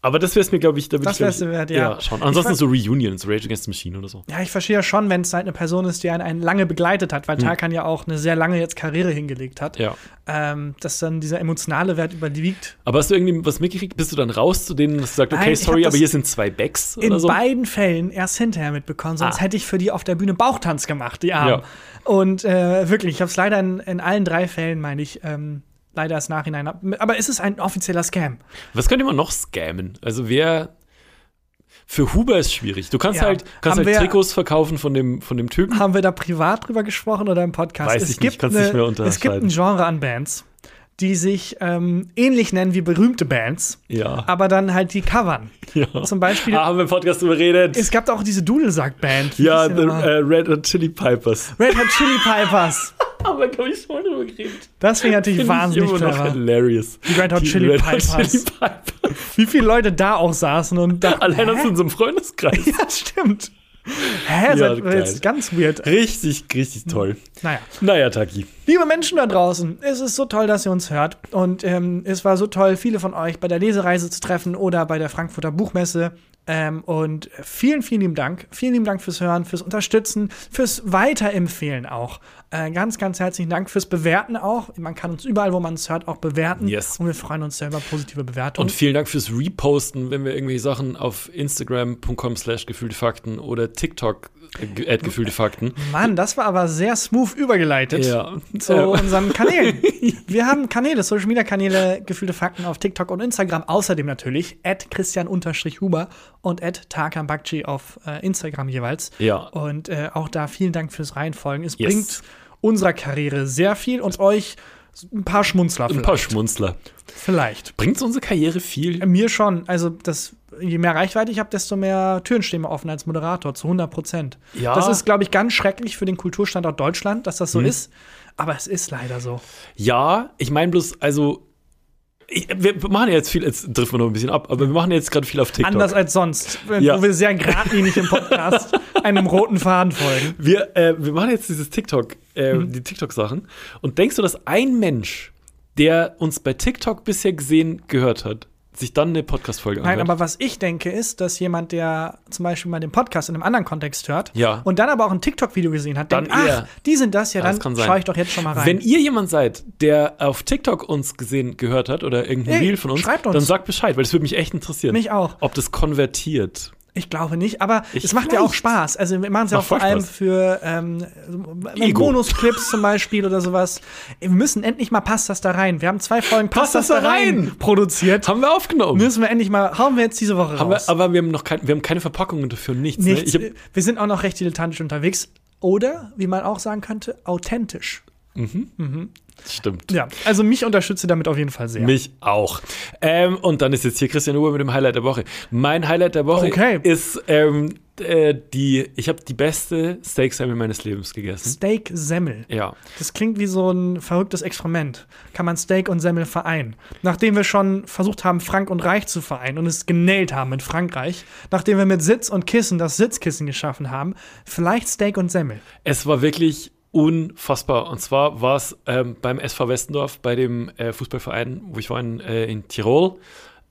Aber das wäre es mir, glaube ich, da würde
Das
ich, glaub
wär's
ich
dir wert, ja.
schauen.
Ich
Ansonsten
fand-
so Reunions, Rage Against the Machine oder so.
Ja, ich verstehe ja schon, wenn es halt eine Person ist, die einen, einen lange begleitet hat, weil Tarkan ja auch eine sehr lange jetzt Karriere hingelegt hat,
Hm. Ja.
ähm, dass dann dieser emotionale Wert überwiegt.
Aber hast du irgendwie was mitgekriegt? Bist du dann raus zu denen, dass du sagst,
Nein,
okay,
ich hab
sorry, aber
das
hier sind zwei Backs
In
oder so?
beiden Fällen erst hinterher mitbekommen, sonst
Ah.
hätte ich für die auf der Bühne Bauchtanz gemacht, die Armen.
Ja.
Und äh, wirklich, ich habe es leider in, in allen drei Fällen, meine ich, ähm, leider erst nachhinein. ab- Aber ist es ist ein offizieller Scam?
Was könnte man noch scammen? Also wer. Für Huber ist schwierig. Du kannst
Ja.
halt, kannst
Haben
halt
wir-
Trikots verkaufen von dem, von dem Typen.
Haben wir da privat drüber gesprochen oder im Podcast?
Weiß ich nicht, kannst nicht mehr
Es gibt ein
unterscheiden.
Genre an Bands, die sich ähm, ähnlich nennen wie berühmte Bands,
Ja.
aber dann halt die covern.
ja.
Zum Beispiel,
Ah, haben wir im Podcast drüber geredet.
es gab da auch diese Dudelsack-Band. Wie
ja, äh.
hieß die
the,
nochmal?
äh, Red Hot Chili Pipers.
Red Hot Chili Pipers.
Haben wir, glaube ich, schon mal drüber geredet.
Das
<laughs>
finde ich natürlich wahnsinnig
immer noch
clever.
hilarious. Die
Red Hot Chili
Red Hot
Pipers.
Chili Pipers.
Wie viele Leute da auch saßen
<laughs>
und dachten,
Allein aus
hä?
unserem
<laughs>
Freundeskreis.
Ja, stimmt. Hä,
Ja,
seid ihr
geil.
jetzt ganz weird.
Richtig, richtig toll.
Naja.
Naja, Taki.
Liebe Menschen da draußen, es ist so toll, dass ihr uns hört. Und ähm, es war so toll, viele von euch bei der Lesereise zu treffen oder bei der Frankfurter Buchmesse. Ähm, und vielen, vielen lieben Dank. Vielen lieben Dank fürs Hören, fürs Unterstützen, fürs Weiterempfehlen auch. Äh, ganz, ganz herzlichen Dank fürs Bewerten auch. Man kann uns überall, wo man es hört, auch bewerten.
Yes.
Und wir freuen uns selber positive Bewertungen.
Und vielen Dank fürs Reposten, wenn wir irgendwelche Sachen auf Instagram.com slash gefühlte Fakten oder TikTok äh, ge- at gefühlte Fakten.
Mann, das war aber sehr smooth übergeleitet
Ja.
zu
Äh,
unseren
<laughs>
Kanälen. Wir haben Kanäle, Social Media Kanäle, gefühlte Fakten auf TikTok und Instagram. Außerdem natürlich at christian-huber und at Tarkan Bakci auf äh, Instagram jeweils.
Ja.
Und äh, auch da vielen Dank fürs Reinfolgen. Es
Yes.
bringt unserer Karriere sehr viel und euch ein paar Schmunzler
Ein
vielleicht.
paar Schmunzler.
vielleicht.
Bringt unsere Karriere viel?
Mir schon. Also das, je mehr Reichweite ich habe, desto mehr Türen stehen mir offen als Moderator, zu 100 Prozent.
Ja. Hm.
Das ist, glaube ich, ganz schrecklich für den Kulturstandort Deutschland, dass das so ist. Aber es ist leider so.
Ja, ich meine bloß, also, ich, wir machen ja jetzt viel, jetzt driften wir noch ein bisschen ab, aber wir machen jetzt gerade viel auf TikTok.
Anders als sonst, wenn-
Ja.
wo wir sehr geradlinig im
<laughs>
Podcast einem roten Faden folgen.
Wir, äh, wir machen jetzt dieses TikTok, äh,
Mhm.
die TikTok-Sachen. Und denkst du, dass ein Mensch, der uns bei TikTok bisher gesehen, gehört hat, sich dann eine Podcast-Folge anhört?
Nein, aber was ich denke, ist, dass jemand, der zum Beispiel mal den Podcast in einem anderen Kontext hört
Ja.
und dann aber auch ein TikTok-Video gesehen hat,
Dann
denkt, ach,
eher.
die sind das, ja,
Ja, das
dann
kann sein.
schaue ich doch jetzt schon mal rein.
Wenn ihr jemand seid, der auf TikTok uns gesehen, gehört hat oder irgendein
Ey,
Reel von uns,
schreibt uns.
dann sagt Bescheid, weil das würde mich echt interessieren.
Mich auch.
Ob das konvertiert.
Ich glaube nicht, aber
Ich
es macht ja
vielleicht.
auch Spaß. Also wir machen es ja auch
Macht voll
vor allem
Spaß.
für ähm, so
Ego.
Bonusclips zum Beispiel oder sowas. Wir müssen endlich mal Passt das da rein. Wir haben zwei Folgen Passt das da rein produziert.
Haben wir aufgenommen.
Müssen wir endlich mal, hauen wir jetzt diese Woche
Haben wir,
raus.
aber wir haben noch kein, wir haben keine Verpackungen dafür, nichts.
Nichts,
Ne? Ich hab,
wir sind auch noch recht dilettantisch unterwegs. Oder, wie man auch sagen könnte, authentisch.
stimmt.
Ja, also mich unterstütze damit auf jeden Fall sehr.
Mich auch. Ähm, und dann ist jetzt hier Christian Uwe mit dem Highlight der Woche. Mein Highlight der Woche
Okay.
ist ähm, äh, die, ich habe die beste Steaksemmel meines Lebens gegessen.
Steak Semmel.
Ja.
Das klingt wie so ein verrücktes Experiment. Kann man Steak und Semmel vereinen? Nachdem wir schon versucht haben, Frank und Reich zu vereinen und es genäht haben in Frankreich, nachdem wir mit Sitz und Kissen das Sitzkissen geschaffen haben, vielleicht Steak und Semmel.
Es war wirklich unfassbar. Und zwar war es ähm, beim SV Westendorf, bei dem äh, Fußballverein, wo ich war in, äh, in Tirol.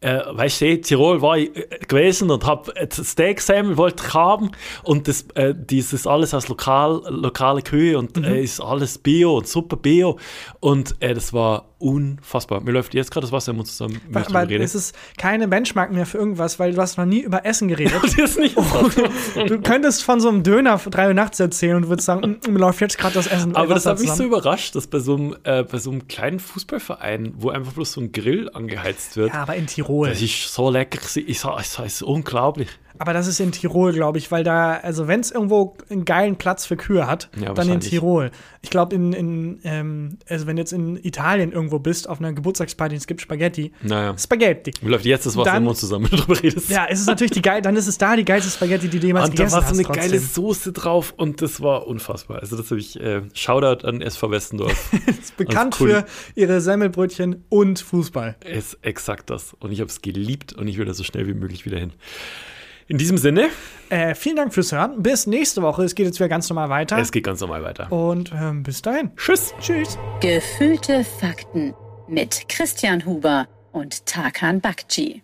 Äh, weißt du, Tirol war ich äh, gewesen und habe Steak Sam wollte ich haben und das, äh, das ist alles aus lokal, lokale Kühe und äh, ist alles Bio und super Bio und äh, das war unfassbar. Mir läuft jetzt gerade das Wasser im Mund zusammen. wenn ich drüber
Weil
rede.
es ist keine Benchmark mehr für irgendwas, weil du hast noch nie über Essen geredet.
<laughs> <laughs> Das ist nicht
du könntest von so einem Döner für drei Uhr nachts erzählen und würdest sagen, "Mm, mir läuft jetzt gerade das Essen.
Aber das
Wasser
hat mich so
zusammen."
überrascht, dass bei so, einem, äh, bei so einem kleinen Fußballverein, wo einfach bloß so ein Grill angeheizt wird,
Ja, aber in Tirol.
Das ist so lecker. gewesen. Ich sage, es ist unglaublich.
Aber das ist in Tirol, glaube ich, weil da, also wenn es irgendwo einen geilen Platz für Kühe hat,
Ja,
dann in
wahrscheinlich.
Tirol. Ich glaube, in, in ähm, also wenn du jetzt in Italien irgendwo bist, auf einer Geburtstagsparty, es gibt Spaghetti.
Naja.
Spaghetti.
Mir läuft jetzt das Wasser
Dann-
im Mund zusammen, <laughs> wenn du drüber redest.
Ja, es ist natürlich die geil, dann ist es da die geilste Spaghetti, die du jemals
Und da
gegessen
war so
hast.
eine
trotzdem.
geile Soße drauf und das war unfassbar. Also das habe ich, äh, Shoutout an SV Westendorf.
<laughs> ist bekannt
cool.
für ihre Semmelbrötchen und Fußball.
ist exakt das. Und ich habe es geliebt und ich will da so schnell wie möglich wieder hin. In diesem Sinne,
Äh, vielen Dank fürs Hören. Bis nächste Woche. Es geht jetzt wieder ganz normal weiter.
es geht ganz normal weiter.
Und ähm, bis dahin.
Tschüss.
Tschüss.
Gefühlte Fakten mit Christian Huber und Tarkan Bakci.